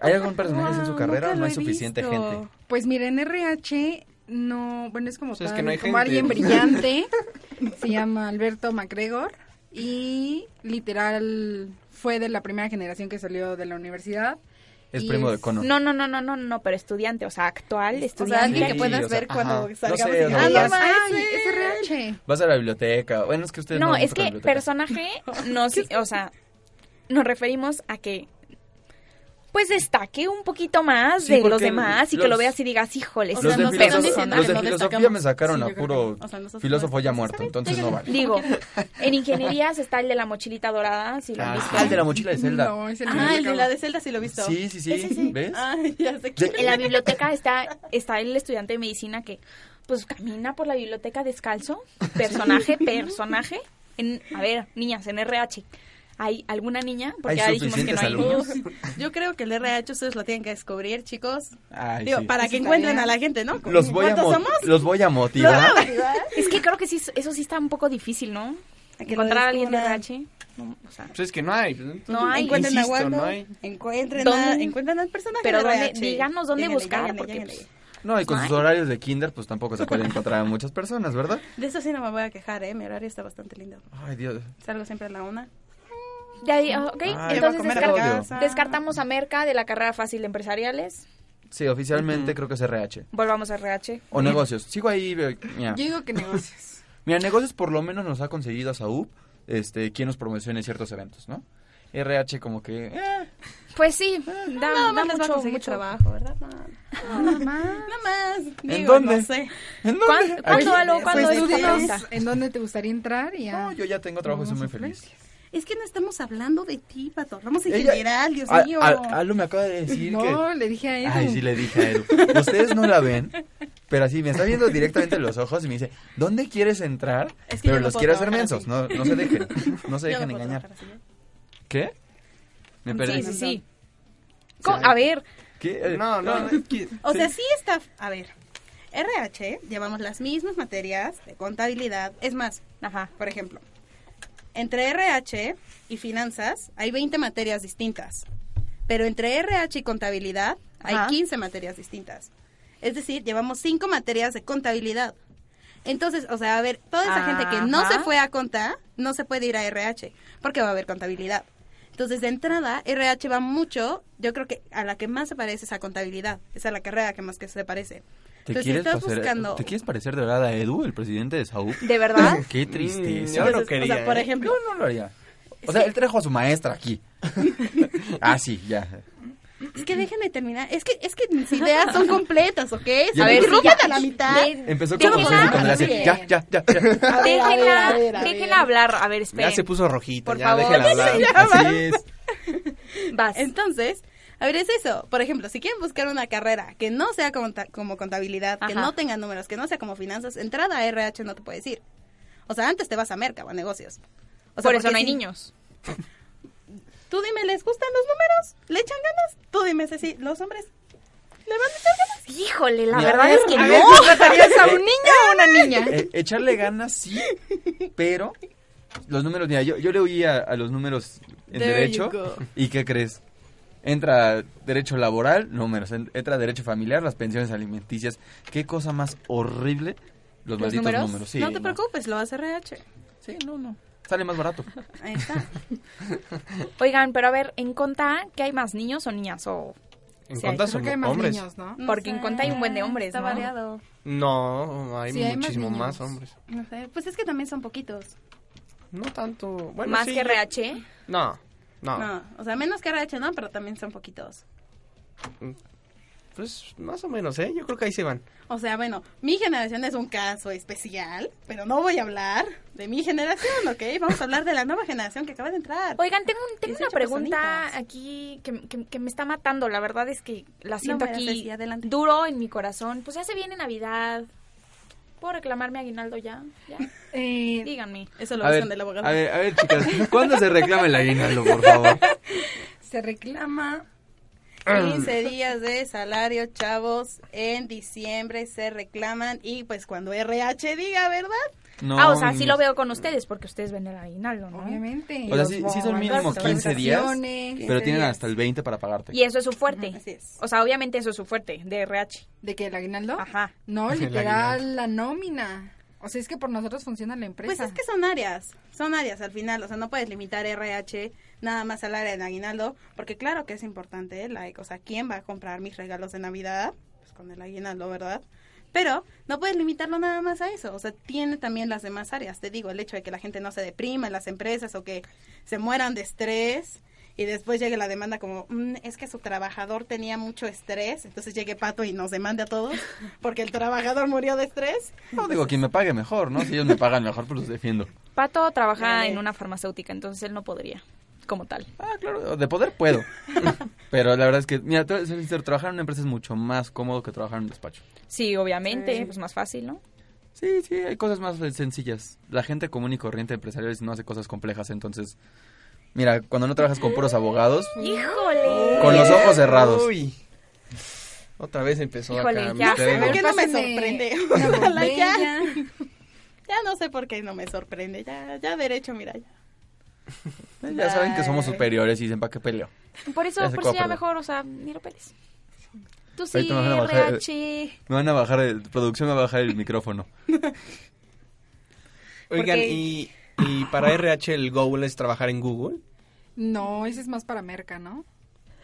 Speaker 3: ¿Hay algún personaje así en su
Speaker 5: Wow,
Speaker 3: carrera
Speaker 5: nunca
Speaker 3: o no
Speaker 5: lo
Speaker 3: hay
Speaker 5: he
Speaker 3: suficiente
Speaker 5: visto.
Speaker 3: gente?
Speaker 4: Pues miren, RH no, bueno, es como,
Speaker 6: Pues es que
Speaker 4: tan-
Speaker 6: no hay
Speaker 4: como
Speaker 6: gente.
Speaker 4: alguien brillante. se llama Alberto MacGregor y literal fue de la primera generación que salió de la universidad.
Speaker 3: Es
Speaker 4: Y
Speaker 3: primo de
Speaker 4: es-
Speaker 3: Connor.
Speaker 2: No, no, no, no, no, no, pero estudiante, o sea, actual,
Speaker 5: O sea,
Speaker 2: estudiante.
Speaker 5: alguien que
Speaker 3: Sí,
Speaker 5: puedas
Speaker 3: o sea,
Speaker 5: ver cuando
Speaker 6: ajá.
Speaker 3: No
Speaker 5: salgamos.
Speaker 3: sé,
Speaker 5: y
Speaker 3: no
Speaker 5: digas,
Speaker 3: sé.
Speaker 5: "Ay,
Speaker 4: Ay,
Speaker 5: güey".
Speaker 4: es RH.
Speaker 3: Vas a la biblioteca. Bueno, es que ustedes no,
Speaker 2: No,
Speaker 3: van
Speaker 2: es
Speaker 3: mucho a la
Speaker 2: que
Speaker 3: biblioteca.
Speaker 2: personaje, nos, o sea, nos referimos a que pues destaque un poquito más
Speaker 3: Sí,
Speaker 2: de los
Speaker 3: porque
Speaker 2: demás y que
Speaker 3: los-
Speaker 2: lo veas y digas, híjole,
Speaker 3: Los
Speaker 5: O sea,
Speaker 3: de,
Speaker 5: nos
Speaker 3: filoso-
Speaker 5: están
Speaker 2: personaje.
Speaker 5: diciendo
Speaker 3: los de
Speaker 5: que no
Speaker 3: filosofía
Speaker 5: destacamos.
Speaker 3: me sacaron
Speaker 5: Sí,
Speaker 3: a
Speaker 5: yo creo
Speaker 3: puro
Speaker 5: que- o sea, nosotros
Speaker 3: filósofo
Speaker 5: no-
Speaker 3: ya muerto, entonces no vale.
Speaker 2: Digo, en ingenierías está el de la mochilita dorada, si lo han
Speaker 6: Ah,
Speaker 2: visto.
Speaker 3: Ah, el de la mochila de Zelda.
Speaker 4: No, es el
Speaker 5: Ah, el de la de Zelda sí lo he visto.
Speaker 3: Sí, sí, sí.
Speaker 5: Ese sí. Ah.
Speaker 3: ¿Ves?
Speaker 5: Ay, ya sé
Speaker 3: De-
Speaker 5: quién.
Speaker 2: En la biblioteca está, está el estudiante de medicina que pues camina por la biblioteca descalzo, personaje, personaje. En, a ver, niñas, en RH, ¿hay alguna niña? Porque
Speaker 3: Hay
Speaker 2: ya dijimos que no
Speaker 3: suficientes
Speaker 2: hay
Speaker 3: alumnos.
Speaker 2: niños.
Speaker 5: Yo creo que el RH ustedes lo tienen que descubrir, chicos.
Speaker 3: Ay,
Speaker 5: Digo,
Speaker 3: sí.
Speaker 5: para que encuentren a la gente, ¿no? Como,
Speaker 3: Los voy, a
Speaker 5: ¿Cuántos
Speaker 3: mo-
Speaker 5: somos?
Speaker 3: los voy a motivar.
Speaker 2: Es que creo que sí, eso sí está un poco difícil, ¿no?
Speaker 5: A que lo
Speaker 2: Encontrar a alguien de
Speaker 5: descubran.
Speaker 2: RH. No, o sea,
Speaker 6: Pues es que no hay. Entonces,
Speaker 2: No hay.
Speaker 5: Encuentren a
Speaker 6: insisto,
Speaker 5: Waldo,
Speaker 6: no hay.
Speaker 5: encuentren,
Speaker 2: ¿Dónde?
Speaker 5: a- encuentren al personaje
Speaker 2: Pero
Speaker 5: de
Speaker 2: dónde-
Speaker 5: RH.
Speaker 2: díganos dónde
Speaker 5: Lléguenle,
Speaker 2: buscar,
Speaker 5: lléguenle,
Speaker 2: porque,
Speaker 5: lléguenle.
Speaker 3: No, y con
Speaker 2: No
Speaker 3: sus
Speaker 2: hay.
Speaker 3: horarios de kinder, pues tampoco se puede encontrar a muchas personas, ¿verdad?
Speaker 5: De eso sí no me voy a quejar, ¿eh? Mi horario está bastante lindo.
Speaker 3: Ay, Dios.
Speaker 5: Salgo siempre a la una.
Speaker 2: de ahí, ok,
Speaker 3: Ay, Ah, va a
Speaker 2: entonces
Speaker 3: comer
Speaker 2: descar-
Speaker 3: odio.
Speaker 2: descartamos a Merca de la carrera fácil de empresariales.
Speaker 3: Sí, oficialmente creo que es RH.
Speaker 2: Volvamos a RH.
Speaker 3: O negocios. Sigo ahí. ve- Mira.
Speaker 4: Yo digo que negocios.
Speaker 3: Mira, negocios por lo menos nos ha conseguido a Saúl, este, quien nos promocione ciertos eventos, ¿no? RH como que... eh,
Speaker 2: Pues sí, da,
Speaker 5: Mm, Nada
Speaker 2: da
Speaker 5: más les va a
Speaker 2: mucho,
Speaker 5: conseguir
Speaker 2: mucho
Speaker 5: trabajo, ¿verdad? No. Nada más. Digo,
Speaker 3: dónde?
Speaker 5: No sé.
Speaker 3: ¿En dónde?
Speaker 2: ¿Cuán- ¿Cuándo,
Speaker 3: Aquí.
Speaker 2: Alo? ¿Cuándo
Speaker 4: Pues,
Speaker 2: es tu
Speaker 4: ¿ustedes
Speaker 2: pregunta?
Speaker 4: ¿En dónde te gustaría entrar? Y Ya.
Speaker 3: No, yo ya tengo trabajo y soy muy feliz.
Speaker 5: Es que no estamos hablando de ti, Pato. Hablamos en
Speaker 3: Ella-
Speaker 5: general, Dios
Speaker 3: A-
Speaker 5: mío.
Speaker 3: a- Alo me acaba de decir que...
Speaker 4: No, le dije a él.
Speaker 3: Ay, sí le dije a Edu. Ustedes no la ven, pero así me está viendo directamente en los ojos y me dice, ¿dónde quieres entrar?
Speaker 5: Es que
Speaker 3: pero
Speaker 5: yo no
Speaker 3: los
Speaker 5: puedo
Speaker 3: quiero hacer
Speaker 5: trabajar
Speaker 3: mensos,
Speaker 5: así.
Speaker 3: no, no se dejen, no se
Speaker 5: Yo
Speaker 3: dejen
Speaker 5: no puedo
Speaker 3: engañar.
Speaker 5: trabajar así, ¿eh?
Speaker 3: ¿Qué? Me perdí.
Speaker 2: Sí, sí, sí. ¿Cómo? A ver,
Speaker 3: ¿Qué? Eh,
Speaker 6: No, no.
Speaker 5: O sea, sí está. A ver. RH, llevamos las mismas materias de contabilidad. Es más,
Speaker 2: ajá.
Speaker 5: por ejemplo, entre RH y finanzas hay 20 materias distintas. Pero entre RH y contabilidad hay
Speaker 2: Ajá.
Speaker 5: 15 materias distintas. Es decir, llevamos 5 materias de contabilidad. Entonces, o sea, a ver, toda esa gente que no se
Speaker 2: Ajá.
Speaker 5: fue a conta, no se puede ir a RH, porque va a haber contabilidad. Entonces, de entrada, RH va mucho, yo creo que a la que más se parece es a contabilidad, es a la carrera que más que se parece.
Speaker 3: ¿Te
Speaker 5: Entonces, si
Speaker 3: quieres,
Speaker 5: estás
Speaker 3: parecer-
Speaker 5: buscando...
Speaker 3: ¿Te quieres parecer de verdad a Edu, el presidente de Saúl?
Speaker 2: ¿De verdad?
Speaker 3: Qué tristeza.
Speaker 6: yo no
Speaker 5: Entonces,
Speaker 6: quería,
Speaker 5: O sea, por
Speaker 6: ¿eh?
Speaker 5: ejemplo,
Speaker 3: Yo no lo haría. O sea, él trajo a su maestra aquí. ah, sí, ya.
Speaker 5: Es que déjenme terminar. Es que, es que mis ideas son completas, ¿ok?
Speaker 3: Ya
Speaker 5: a ver,
Speaker 3: me-
Speaker 5: si
Speaker 3: Sí,
Speaker 5: rompen a la mitad.
Speaker 3: Empezó
Speaker 2: Yo
Speaker 3: como
Speaker 2: no
Speaker 3: Saúl
Speaker 2: sé.
Speaker 3: cuando le hace, ya, ya, ya, ya.
Speaker 2: Déjenla, déjenla hablar. A ver,
Speaker 6: Ya
Speaker 2: esperen.
Speaker 6: se puso rojita,
Speaker 2: Por
Speaker 6: ya
Speaker 2: favor.
Speaker 6: déjela hablar.
Speaker 3: Así es.
Speaker 2: Vas.
Speaker 5: Entonces, a ver, es eso. Por ejemplo, si quieren buscar una carrera que no sea conta- como contabilidad, que
Speaker 2: Ajá.
Speaker 5: no tenga números, que no sea como finanzas, entrada a RH no te puedes ir. O sea, antes te vas a merca o a negocios. O sea,
Speaker 2: Por eso
Speaker 5: porque
Speaker 2: no hay
Speaker 5: si-
Speaker 2: niños.
Speaker 5: Tú dime, ¿les gustan los números? ¿Le echan ganas? Tú dime, Ceci, ¿los hombres le van a echar ganas?
Speaker 2: Híjole, la
Speaker 3: Mira,
Speaker 2: verdad es que
Speaker 3: a
Speaker 2: no.
Speaker 3: ver,
Speaker 2: ¿Tratarías a un niño o una niña?
Speaker 3: Eh, echarle ganas sí, pero los números, mira, yo, yo le oía a los números en
Speaker 1: There
Speaker 3: derecho
Speaker 1: you go.
Speaker 3: y ¿qué crees? Entra derecho laboral, números, en- entra derecho familiar, las pensiones alimenticias. ¿Qué cosa más horrible? Los,
Speaker 5: ¿Los
Speaker 3: malditos
Speaker 5: números?
Speaker 3: números. Sí,
Speaker 5: no te preocupes, lo vas a RH.
Speaker 3: Sí, no, no. Sale más barato.
Speaker 5: Ahí está.
Speaker 2: Oigan, pero a ver, en conta, ¿qué hay más, niños o niñas? O...
Speaker 6: ¿En
Speaker 2: Sí,
Speaker 6: cuántas
Speaker 4: Creo que hay
Speaker 6: son
Speaker 4: más
Speaker 6: hombres?
Speaker 4: niños, ¿no?
Speaker 2: Porque en Conta hay un buen de hombres,
Speaker 5: Está
Speaker 2: ¿no?
Speaker 5: variado.
Speaker 6: No, hay
Speaker 4: Sí, hay más
Speaker 6: muchísimo
Speaker 4: niños.
Speaker 6: más hombres.
Speaker 5: No sé, pues es que también son poquitos.
Speaker 6: No tanto. Bueno,
Speaker 2: ¿Más
Speaker 6: sí,
Speaker 2: que
Speaker 6: yo-
Speaker 2: RH?
Speaker 6: No, no.
Speaker 3: Ah.
Speaker 5: No, o sea, menos que RH, ¿no? Pero también son poquitos.
Speaker 6: Pues más o menos, ¿eh? Yo creo que ahí se van.
Speaker 5: O sea, bueno, mi generación es un caso especial, pero no voy a hablar de mi generación, ¿ok? Vamos a hablar de la nueva generación que acaba de entrar.
Speaker 2: Oigan, tengo, un- tengo una
Speaker 5: 18
Speaker 2: pregunta
Speaker 5: personitas.
Speaker 2: aquí que, que- que me está matando. La verdad es que la siento
Speaker 5: me la haces,
Speaker 2: aquí
Speaker 5: sí, adelante.
Speaker 2: duro en mi corazón. Pues ya se viene Navidad. ¿Puedo reclamarme aguinaldo ya? ¿Ya?
Speaker 4: Eh,
Speaker 2: Díganme.
Speaker 5: Eso lo
Speaker 3: A ver,
Speaker 5: buscan del abogado.
Speaker 3: a ver, a ver, chicas, ¿cuándo se reclama el aguinaldo, por favor?
Speaker 4: se reclama
Speaker 5: 15 días de salario, chavos, en diciembre se reclaman y pues cuando RH diga, ¿verdad?
Speaker 3: No,
Speaker 2: ah, o sea, sí
Speaker 3: no.
Speaker 2: lo veo con ustedes porque ustedes ven el aguinaldo, ¿no?
Speaker 4: Obviamente.
Speaker 3: O sea, sí, sí son mínimo 15 días,
Speaker 4: Vacaciones,
Speaker 3: pero
Speaker 4: 15
Speaker 3: tienen
Speaker 4: días.
Speaker 3: hasta el 20 para pagarte.
Speaker 2: Y eso es su fuerte.
Speaker 5: Así es.
Speaker 2: O sea, obviamente eso es su fuerte, de RH.
Speaker 4: ¿De qué, el aguinaldo?
Speaker 2: Ajá.
Speaker 4: No,
Speaker 9: El
Speaker 4: literal, la nómina. O sea, es que por nosotros funciona la empresa.
Speaker 5: Pues es que son áreas, son áreas al final, o sea, no puedes limitar RH nada más al área de aguinaldo, porque claro que es importante, eh, like, o sea, ¿quién va a comprar mis regalos de Navidad? Pues con el aguinaldo, ¿verdad? Pero no puedes limitarlo nada más a eso, o sea, tiene también las demás áreas, te digo, el hecho de que la gente no se deprima en las empresas o que se mueran de estrés. Y después llegue la demanda como, "Mm, es que su trabajador tenía mucho estrés, entonces llegue Pato y nos demande a todos porque el trabajador murió de estrés.
Speaker 3: No, digo, quien me pague mejor, ¿no? Si ellos me pagan mejor, pues los defiendo.
Speaker 2: Pato trabaja
Speaker 5: Dale.
Speaker 2: en una farmacéutica, entonces él no podría, como tal.
Speaker 3: Ah, claro, de poder puedo. Pero la verdad es que, mira, te voy a ser sincero, trabajar en una empresa es mucho más cómodo que trabajar en un despacho.
Speaker 2: Sí, obviamente, pues más fácil, ¿no?
Speaker 3: Sí, sí, hay cosas más eh, sencillas. La gente común y corriente empresarial no hace cosas complejas, entonces... Mira, cuando no trabajas con puros abogados,
Speaker 2: ¡Híjole!
Speaker 3: con los ojos cerrados.
Speaker 6: Uy. Otra vez empezó
Speaker 2: Híjole,
Speaker 6: acá.
Speaker 2: ya.
Speaker 6: Mr. Ego.
Speaker 5: ¿Por qué no me
Speaker 4: Pásame
Speaker 5: sorprende?
Speaker 4: una
Speaker 5: Ojalá ya.
Speaker 4: botella.
Speaker 5: Ya no sé por qué no me sorprende. Ya, ya derecho, mira. Ya.
Speaker 3: Eh, Ya saben que somos superiores y dicen, ¿para qué peleo?
Speaker 2: Por eso,
Speaker 3: Ya se
Speaker 2: por
Speaker 3: acabó,
Speaker 2: eso ya
Speaker 3: perdón.
Speaker 2: mejor, o sea, Niro Pérez. Tú sí,
Speaker 3: Ahorita me van a bajar, eh,
Speaker 2: RH.
Speaker 3: Me van a bajar, el- producción me va a bajar el micrófono.
Speaker 6: Oigan,
Speaker 5: Porque-
Speaker 6: y, y para RH el goal es trabajar en Google.
Speaker 4: No, ese es más para merca, ¿no?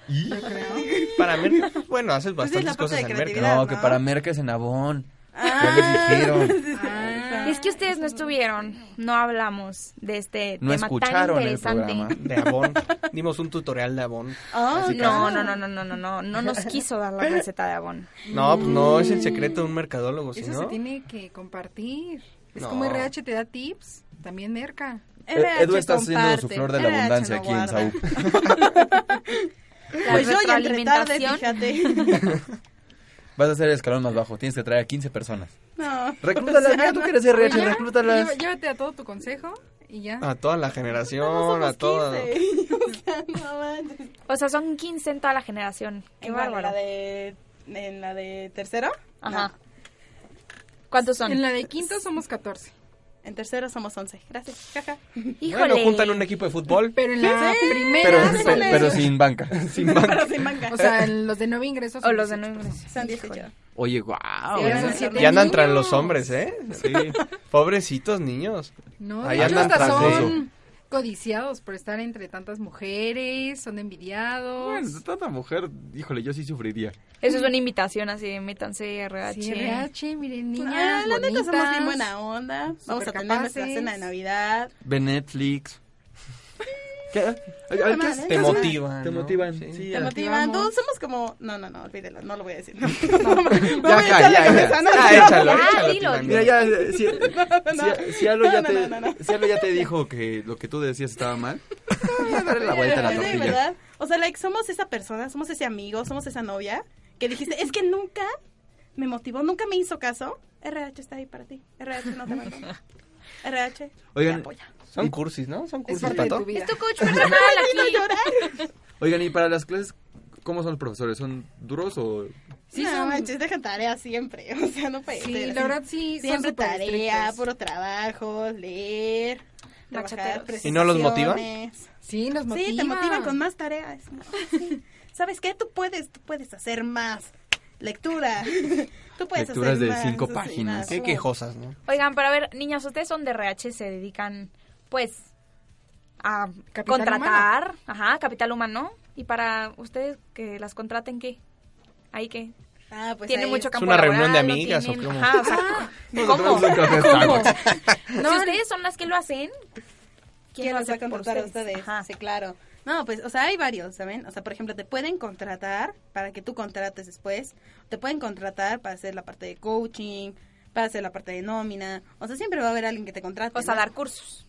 Speaker 4: Yo creo.
Speaker 6: Para Merca, bueno, haces
Speaker 5: Pues sí, la
Speaker 6: bastantes
Speaker 5: parte
Speaker 6: cosas
Speaker 5: de
Speaker 6: en Merca.
Speaker 5: creatividad.
Speaker 3: No,
Speaker 5: ¿no?
Speaker 3: que para Merca es en Avon. Ya les dijeron.
Speaker 4: Ah,
Speaker 2: Es que ustedes no estuvieron, no hablamos de este
Speaker 3: No
Speaker 2: tema
Speaker 3: escucharon
Speaker 2: tan
Speaker 3: el
Speaker 2: interesante.
Speaker 3: programa.
Speaker 6: De Avon. Dimos un tutorial de Avon.
Speaker 5: Oh,
Speaker 2: No, no, no, no, no, no, no, no nos quiso dar la receta de Avon.
Speaker 6: No, pues no es el secreto de un mercadólogo, si
Speaker 4: eso
Speaker 6: no.
Speaker 4: se tiene que compartir. Es
Speaker 6: No.
Speaker 4: como RH te da tips, también merca.
Speaker 3: Ed-
Speaker 5: RH
Speaker 3: Edu está haciendo su
Speaker 5: comparte,
Speaker 3: flor de la abundancia
Speaker 5: RH no
Speaker 3: aquí en
Speaker 5: guarda.
Speaker 3: Saúl.
Speaker 2: La
Speaker 5: Pues yo ya entré tarde,
Speaker 2: retroalimentación.
Speaker 5: fíjate.
Speaker 3: Vas a hacer el escalón más bajo, tienes que traer a 15 personas.
Speaker 5: No.
Speaker 3: Reclútalas, mira, tú que eres RH,
Speaker 4: Ya,
Speaker 3: reclútalas.
Speaker 4: lleva- Llévate a todo tu consejo y ya.
Speaker 6: A toda la generación, a
Speaker 5: Somos
Speaker 6: toda.
Speaker 5: 15. pues O sea, no manches.
Speaker 2: O sea, son 15 en toda la generación. Qué
Speaker 5: ¿En cuál? ¿En
Speaker 2: bárbaro.
Speaker 5: la de, en la de tercero?
Speaker 2: Ajá.
Speaker 5: No.
Speaker 2: ¿Cuántos son?
Speaker 4: En la de quinto somos 14.
Speaker 5: En tercero somos 11. Gracias. Jaja.
Speaker 2: Híjole.
Speaker 6: Bueno, juntan un equipo de fútbol.
Speaker 4: Pero en la primera
Speaker 3: Pero,
Speaker 4: son-
Speaker 3: pe- pero sin banca.
Speaker 5: Pero sin manga.
Speaker 4: O sea, en los de nueve ingresos.
Speaker 2: O
Speaker 4: son
Speaker 2: los de
Speaker 4: 18
Speaker 2: nueve
Speaker 4: personas.
Speaker 5: Son 18.
Speaker 3: Oye, guau.
Speaker 4: Eran siete
Speaker 6: Ah, Ya andan tras
Speaker 4: niños.
Speaker 6: los hombres, ¿eh? Sí. Pobrecitos niños.
Speaker 4: No,
Speaker 6: Ahí
Speaker 4: de hecho,
Speaker 6: andan
Speaker 4: hasta
Speaker 6: tras de
Speaker 4: son codiciados por estar entre tantas mujeres, son envidiados.
Speaker 3: Bueno, tanta mujer, híjole, yo sí sufriría.
Speaker 2: Eso es una invitación así de métanse RH.
Speaker 4: Sí, RH, miren, niñas,
Speaker 5: Ah, la neta somos bien
Speaker 4: bonitas.
Speaker 5: buena onda. Vamos a tener
Speaker 4: Supercapaces.
Speaker 5: nuestra cena de Navidad.
Speaker 3: Ve Netflix. ¿Qué? Ay, ay, ¿qué es?
Speaker 6: Te
Speaker 5: Entonces,
Speaker 6: motivan.
Speaker 3: Te
Speaker 6: ¿no?
Speaker 3: motivan.
Speaker 6: Sí.
Speaker 3: sí,
Speaker 5: Te
Speaker 3: ya.
Speaker 5: motivan.
Speaker 4: motivamos.
Speaker 5: Todos somos como. No, no, no, olvídelo. No lo voy a decir. No, no, no, no
Speaker 6: Ya,
Speaker 5: voy a echar
Speaker 6: ya,
Speaker 5: la
Speaker 6: ya, ya.
Speaker 5: cabeza, no.
Speaker 6: Ya, échalo,
Speaker 2: Ya,
Speaker 6: échalo,
Speaker 2: dilo.
Speaker 6: Titán.
Speaker 3: Mira, ya, eh, si, si, si Alo ya
Speaker 5: No,
Speaker 3: te,
Speaker 5: no, no, no, no.
Speaker 3: si Alo ya te dijo que lo que tú decías estaba mal, ya dale la vuelta a la
Speaker 5: Sí,
Speaker 3: tortilla.
Speaker 5: ¿verdad? O sea, like, somos esa persona, somos ese amigo, somos esa novia que dijiste, es que nunca me motivó, nunca me hizo caso. RH está ahí para ti. RH no te abandona. RH.
Speaker 3: Oigan,
Speaker 6: Son cursis, ¿no? Son
Speaker 4: Es
Speaker 6: cursis,
Speaker 4: parte de
Speaker 6: pato.
Speaker 4: tu vida.
Speaker 2: Coach personal aquí.
Speaker 3: oigan, y para las clases, ¿cómo son los profesores? ¿Son duros o...?
Speaker 4: Sí,
Speaker 5: Sí, no
Speaker 4: son-
Speaker 5: manches, dejan tarea siempre. O sea, no puede
Speaker 4: Sí,
Speaker 5: ser
Speaker 4: la
Speaker 5: así.
Speaker 4: verdad sí, son
Speaker 5: Siempre
Speaker 4: súper
Speaker 5: tarea,
Speaker 4: estrictos.
Speaker 5: puro trabajo, leer, trabajar,
Speaker 2: Macheteros.
Speaker 6: ¿Y no los motivan?
Speaker 5: presentaciones.
Speaker 4: Sí, nos motivan.
Speaker 5: Sí, te motivan con más tareas. Ah, Sí. ¿Sabes qué? Tú puedes, tú puedes hacer más. Lectura. Tú puedes
Speaker 3: Lecturas
Speaker 5: hacer
Speaker 3: de
Speaker 5: más,
Speaker 3: cinco
Speaker 5: así,
Speaker 3: páginas.
Speaker 5: más.
Speaker 6: Qué quejosas, ¿no?
Speaker 2: Oigan, pero a ver, niñas, ustedes son de RH, se dedican, pues, a
Speaker 4: Capital
Speaker 2: contratar, ajá, capital humano. Y para ustedes que las contraten, ¿qué? ¿Ahí qué?
Speaker 5: Ah, pues
Speaker 2: ¿Tiene
Speaker 5: ahí- Ah.
Speaker 2: mucho campo
Speaker 6: una reunión de
Speaker 2: laboral, lo
Speaker 6: amigas o
Speaker 2: tienen-
Speaker 6: cómo?
Speaker 2: Ajá, o sea, ¿cómo?
Speaker 4: No,
Speaker 2: si ustedes son las que lo hacen,
Speaker 5: ¿Quién los va a contratar a ustedes?
Speaker 2: Ajá.
Speaker 5: Sí, claro. No, pues, o sea, hay varios, ¿saben? O sea, por ejemplo, te pueden contratar para que tú contrates después, te pueden contratar para hacer la parte de coaching, para hacer la parte de nómina, o sea, siempre va a haber alguien que te contrate.
Speaker 1: O sea,
Speaker 5: ¿no?
Speaker 1: dar cursos.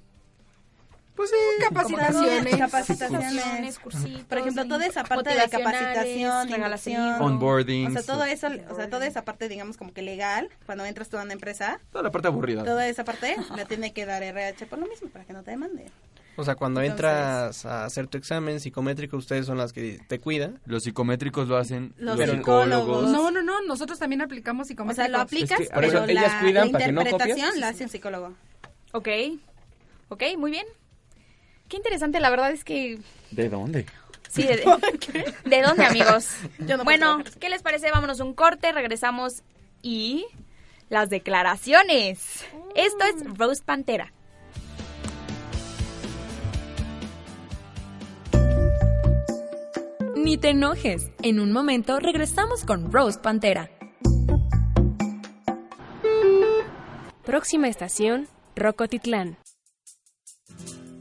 Speaker 4: Pues sí, capacitaciones.
Speaker 5: Capacitaciones.
Speaker 1: Capacitaciones, cursitos.
Speaker 5: Por ejemplo, toda esa parte de capacitación,
Speaker 1: regalación.
Speaker 5: inducción,
Speaker 3: Onboarding.
Speaker 5: O sea, todo eso, o sea, toda esa parte, digamos, como que legal, cuando entras tú a una empresa,
Speaker 3: Toda la parte aburrida.
Speaker 5: toda esa parte la tiene que dar RH por lo mismo, para que no te demanden.
Speaker 6: O sea, cuando
Speaker 5: Entonces-
Speaker 6: entras a hacer tu examen psicométrico, ustedes son las que te cuidan.
Speaker 3: Los psicométricos lo hacen
Speaker 5: Los
Speaker 3: los,
Speaker 5: psicólogos.
Speaker 3: psicólogos.
Speaker 4: No, no, no, nosotros también aplicamos
Speaker 5: O sea,
Speaker 4: psicométricos.
Speaker 5: lo aplicas,
Speaker 6: Es que, por
Speaker 5: pero
Speaker 6: eso,
Speaker 5: la,
Speaker 6: ellas cuidan
Speaker 5: la
Speaker 6: para que no
Speaker 5: interpretación
Speaker 6: copies.
Speaker 5: la hace un psicólogo.
Speaker 2: Ok, ok, muy bien. Qué interesante, la verdad es que...
Speaker 3: ¿De dónde?
Speaker 2: Sí, de, ¿de dónde, amigos?
Speaker 5: Yo no puedo
Speaker 2: bueno,
Speaker 5: trabajar.
Speaker 2: ¿qué les parece? Vámonos un corte, regresamos y... Las declaraciones. Esto
Speaker 5: Mm.
Speaker 2: es Rose Pantera.
Speaker 1: Ni te enojes. En un momento regresamos con Rose Pantera.
Speaker 10: Próxima estación, Rocotitlán.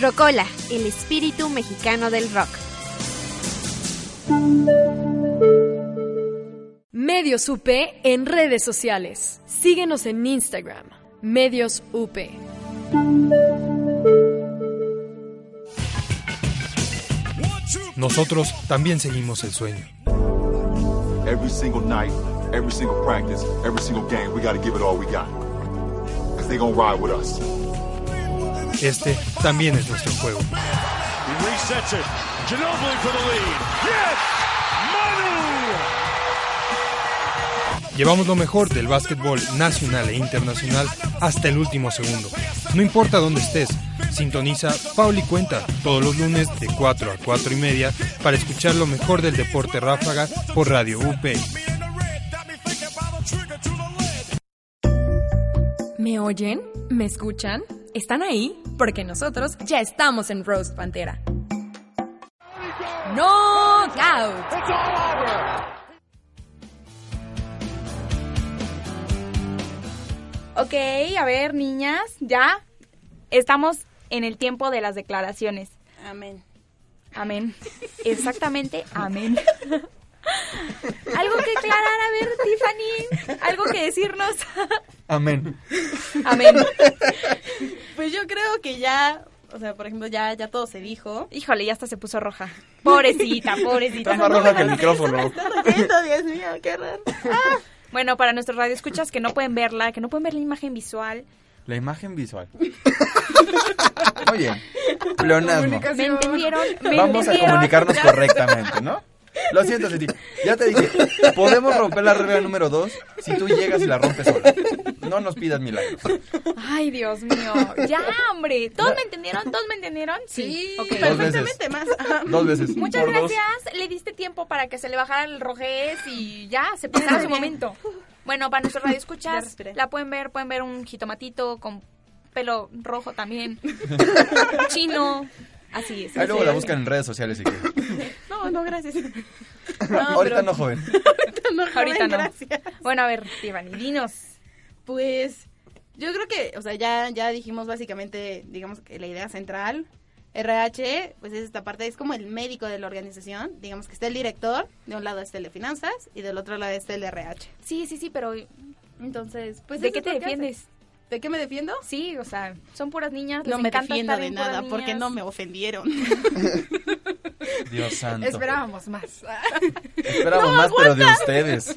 Speaker 10: Rocola, el espíritu mexicano del rock.
Speaker 8: Medios UP en redes sociales. Síguenos en Instagram. Medios UP.
Speaker 11: Nosotros también seguimos el sueño.
Speaker 12: Every single night, every single practice, every single game, we got to give it all we got. Because they going to ride with us.
Speaker 11: Este también es nuestro juego.
Speaker 13: He resets it. Ginobili for the lead. Yes! Manu!
Speaker 11: Llevamos lo mejor del básquetbol nacional e internacional hasta el último segundo. No importa dónde estés, sintoniza Pauli Cuenta todos los lunes de 4 a 4 y media para escuchar lo mejor del deporte ráfaga por Radio UP.
Speaker 1: ¿Me oyen? ¿Me escuchan? ¿Están ahí? Porque nosotros ya estamos en Rose Pantera. ¡Knockout!
Speaker 2: Ok, a ver, niñas, ya estamos en el tiempo de las declaraciones.
Speaker 5: Amén.
Speaker 2: Amén. Exactamente, amén. Algo que aclarar, a ver, Tiffany, algo que decirnos.
Speaker 3: Amén.
Speaker 2: Amén.
Speaker 5: Pues yo creo que ya, o sea, por ejemplo, ya, ya todo se dijo.
Speaker 2: Híjole, ya hasta se puso roja. Pobrecita, pobrecita.
Speaker 6: Estás más roja que el micrófono.
Speaker 5: Dios mío, qué raro.
Speaker 2: Bueno, para nuestros radioescuchas que no pueden verla, que no pueden ver la imagen visual,
Speaker 3: La imagen visual. Oye, pleonasmo.
Speaker 2: ¿me entendieron? ¿Me
Speaker 3: Vamos a
Speaker 2: entendieron?
Speaker 3: comunicarnos
Speaker 2: Ya.
Speaker 3: correctamente, ¿no? Lo siento, Ceci. Ya te dije, podemos romper la regla número dos si tú llegas y la rompes sola. No nos pidas milagros.
Speaker 2: Ay, Dios mío. Ya, hombre. ¿Todos me entendieron? ¿Todos me entendieron? Sí. Ok.
Speaker 3: Dos veces.
Speaker 5: Perfectamente más.
Speaker 3: Dos veces.
Speaker 2: Muchas
Speaker 3: Por dos.
Speaker 2: gracias. Le diste tiempo para que se le bajara el rojez y ya, se pasara su momento. Bueno, para nuestros
Speaker 5: Ya
Speaker 2: radioescuchas,
Speaker 5: respiré.
Speaker 2: la pueden ver, pueden ver un jitomatito con pelo rojo también. Chino. Así es.
Speaker 3: Ahí luego la buscan en redes sociales si quieren.
Speaker 5: No, no, gracias.
Speaker 3: Ahorita no, joven.
Speaker 5: no,
Speaker 2: Ahorita no.
Speaker 5: Gracias.
Speaker 2: Bueno, a ver, Tiffany, dinos.
Speaker 5: Pues yo creo que, o sea, ya, ya dijimos básicamente, digamos que la idea central. RH, pues es esta parte, es como el médico de la organización. Digamos que está el director, de un lado está el de finanzas y del otro lado está el de RH.
Speaker 2: Sí, sí, sí, pero
Speaker 5: Entonces, pues.
Speaker 2: ¿de
Speaker 5: eso
Speaker 2: qué
Speaker 5: es
Speaker 2: te
Speaker 5: lo que hace.
Speaker 2: defiendes?
Speaker 5: ¿De qué me defiendo?
Speaker 2: Sí, o sea, son puras niñas.
Speaker 5: No
Speaker 2: les
Speaker 5: me
Speaker 2: encanta
Speaker 5: defiendo
Speaker 2: estar
Speaker 5: de
Speaker 2: en puras
Speaker 5: nada porque
Speaker 2: niñas.
Speaker 5: no me ofendieron.
Speaker 3: Dios santo.
Speaker 4: Esperábamos más.
Speaker 3: Esperábamos más, pero de ustedes.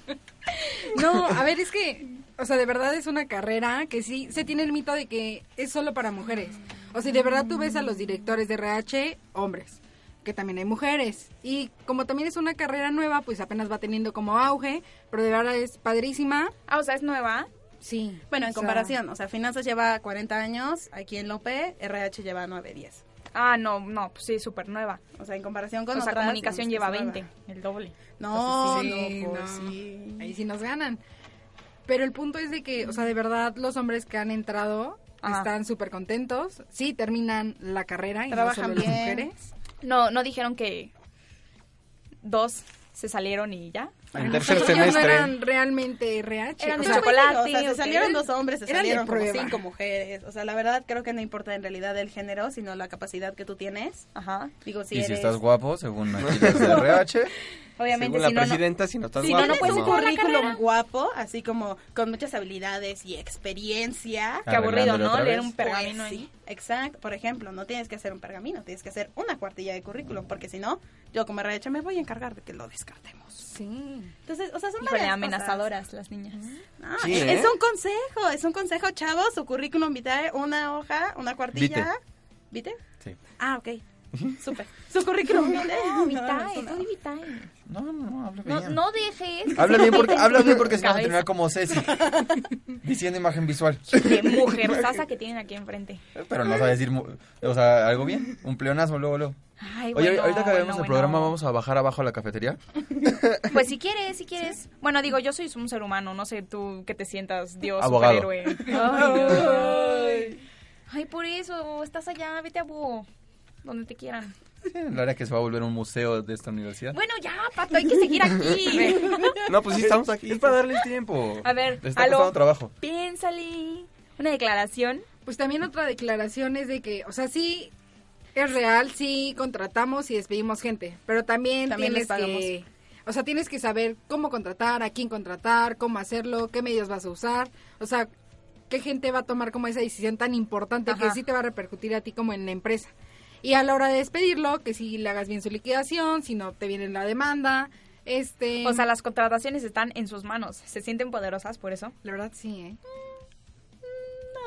Speaker 4: No, a ver, es que, o sea, de verdad es una carrera que sí se tiene el mito de que es solo para mujeres. O sea, de verdad tú ves a los directores de RH hombres, que también hay mujeres. Y como también es una carrera nueva, pues apenas va teniendo como auge, pero de verdad es padrísima.
Speaker 2: Ah, o sea, es nueva.
Speaker 4: Sí.
Speaker 5: Bueno, en
Speaker 4: O sea,
Speaker 5: comparación, o sea, finanzas lleva 40 años aquí en Lope, RH lleva 9, 10.
Speaker 2: Ah, no, no, pues sí, súper nueva.
Speaker 5: O sea, en comparación con
Speaker 2: O sea,
Speaker 5: otras,
Speaker 2: comunicación
Speaker 5: digamos que
Speaker 2: lleva
Speaker 5: es
Speaker 2: 20,
Speaker 5: nueva.
Speaker 2: el doble.
Speaker 5: No,
Speaker 4: Entonces,
Speaker 5: no, pues,
Speaker 4: no. Ahí sí nos ganan. Pero el punto es de que, o sea, de verdad, los hombres que han entrado
Speaker 2: Ajá.
Speaker 4: están súper contentos. Sí, terminan la carrera y no
Speaker 2: Trabajan
Speaker 4: solo las
Speaker 2: bien.
Speaker 4: mujeres.
Speaker 2: No, no dijeron que dos se salieron y ya.
Speaker 4: Los
Speaker 6: En tercer
Speaker 4: otros
Speaker 6: semestre.
Speaker 4: No eran realmente RH.
Speaker 5: Eran
Speaker 4: o
Speaker 5: de
Speaker 4: sea,
Speaker 5: chocolate. O sea,
Speaker 4: ¿ok?
Speaker 5: se salieron dos hombres, se
Speaker 4: Eran de
Speaker 5: salieron como
Speaker 4: prueba.
Speaker 5: cinco mujeres. O sea, la verdad creo que no importa en realidad el género, sino la capacidad que tú tienes.
Speaker 2: Ajá.
Speaker 5: Digo, si
Speaker 3: y
Speaker 5: eres...
Speaker 3: si estás guapo, según aquí los de RH.
Speaker 5: Obviamente,
Speaker 3: según la
Speaker 5: si no, no-
Speaker 3: presidenta, si no estás
Speaker 5: si
Speaker 3: guapo. pues
Speaker 5: no, no puedes un
Speaker 3: no.
Speaker 5: currículum guapo, así como con muchas habilidades y experiencia.
Speaker 3: Qué aburrido, ¿no? Arreglándolo otra Leer vez. un
Speaker 2: pergamino
Speaker 5: Pues
Speaker 2: ahí.
Speaker 5: sí, exacto. Por ejemplo, no tienes que hacer un pergamino, tienes que hacer una cuartilla de currículum, porque si no, yo como RH me voy a encargar de que lo descartemos.
Speaker 4: Sí.
Speaker 5: Entonces, o sea, son
Speaker 2: Híjole,
Speaker 5: varias
Speaker 2: amenazadoras las niñas.
Speaker 5: Ah,
Speaker 2: Sí,
Speaker 5: es,
Speaker 2: ¿eh?
Speaker 5: es un consejo, es un consejo, chavos, su currículum vitae, una hoja, una cuartilla. ¿Vite?
Speaker 3: Sí.
Speaker 5: Ah, ok. Súper. Su currículum vitae.
Speaker 2: No,
Speaker 5: No,
Speaker 2: vitae,
Speaker 5: es una
Speaker 2: tú di vitae.
Speaker 3: No, no, habla
Speaker 2: No,
Speaker 3: bien.
Speaker 2: no dejes.
Speaker 3: Habla bien porque, habla bien porque si no vas
Speaker 2: Cabeza.
Speaker 3: a terminar como Ceci. Diciendo imagen visual.
Speaker 2: De mujer sasa que tienen aquí enfrente.
Speaker 3: Pero no sabe decir, mu- o sea, algo bien. Un pleonasmo, luego, luego.
Speaker 2: Ay,
Speaker 3: Oye,
Speaker 2: bueno,
Speaker 3: ahorita que
Speaker 2: bueno,
Speaker 3: acabemos el
Speaker 2: bueno.
Speaker 3: programa, ¿vamos a bajar abajo a la cafetería?
Speaker 2: Pues si quieres, si quieres. Bueno, digo, yo soy un ser humano, no sé tú que te sientas Dios,
Speaker 3: Abogado.
Speaker 2: superhéroe.
Speaker 3: Ay.
Speaker 2: Ay. Ay, por eso, estás allá, vete a Búho, donde te quieran.
Speaker 3: Eh, La verdad que se va a volver un museo de esta universidad.
Speaker 2: Bueno, ya, Pato, hay que seguir aquí.
Speaker 3: No, pues sí, estamos aquí. Es para darle tiempo.
Speaker 2: A ver,
Speaker 3: Le está
Speaker 2: aló.
Speaker 3: costando trabajo.
Speaker 2: Piénsale. Una declaración.
Speaker 4: Pues también otra declaración es de que, o sea, sí es real, sí contratamos y despedimos gente, pero también,
Speaker 5: También les
Speaker 4: tienes que, o sea, tienes que saber cómo contratar, a quién contratar, cómo hacerlo, qué medios vas a usar, o sea, qué gente va a tomar como esa decisión tan importante que
Speaker 2: Ajá.
Speaker 4: sí te va a repercutir a ti como en la empresa. Y a la hora de despedirlo, que si le hagas bien su liquidación, si no te viene la demanda, este...
Speaker 2: O
Speaker 5: Em.
Speaker 2: sea, las contrataciones están en sus manos. ¿Se sienten poderosas por eso?
Speaker 4: La verdad sí, ¿eh?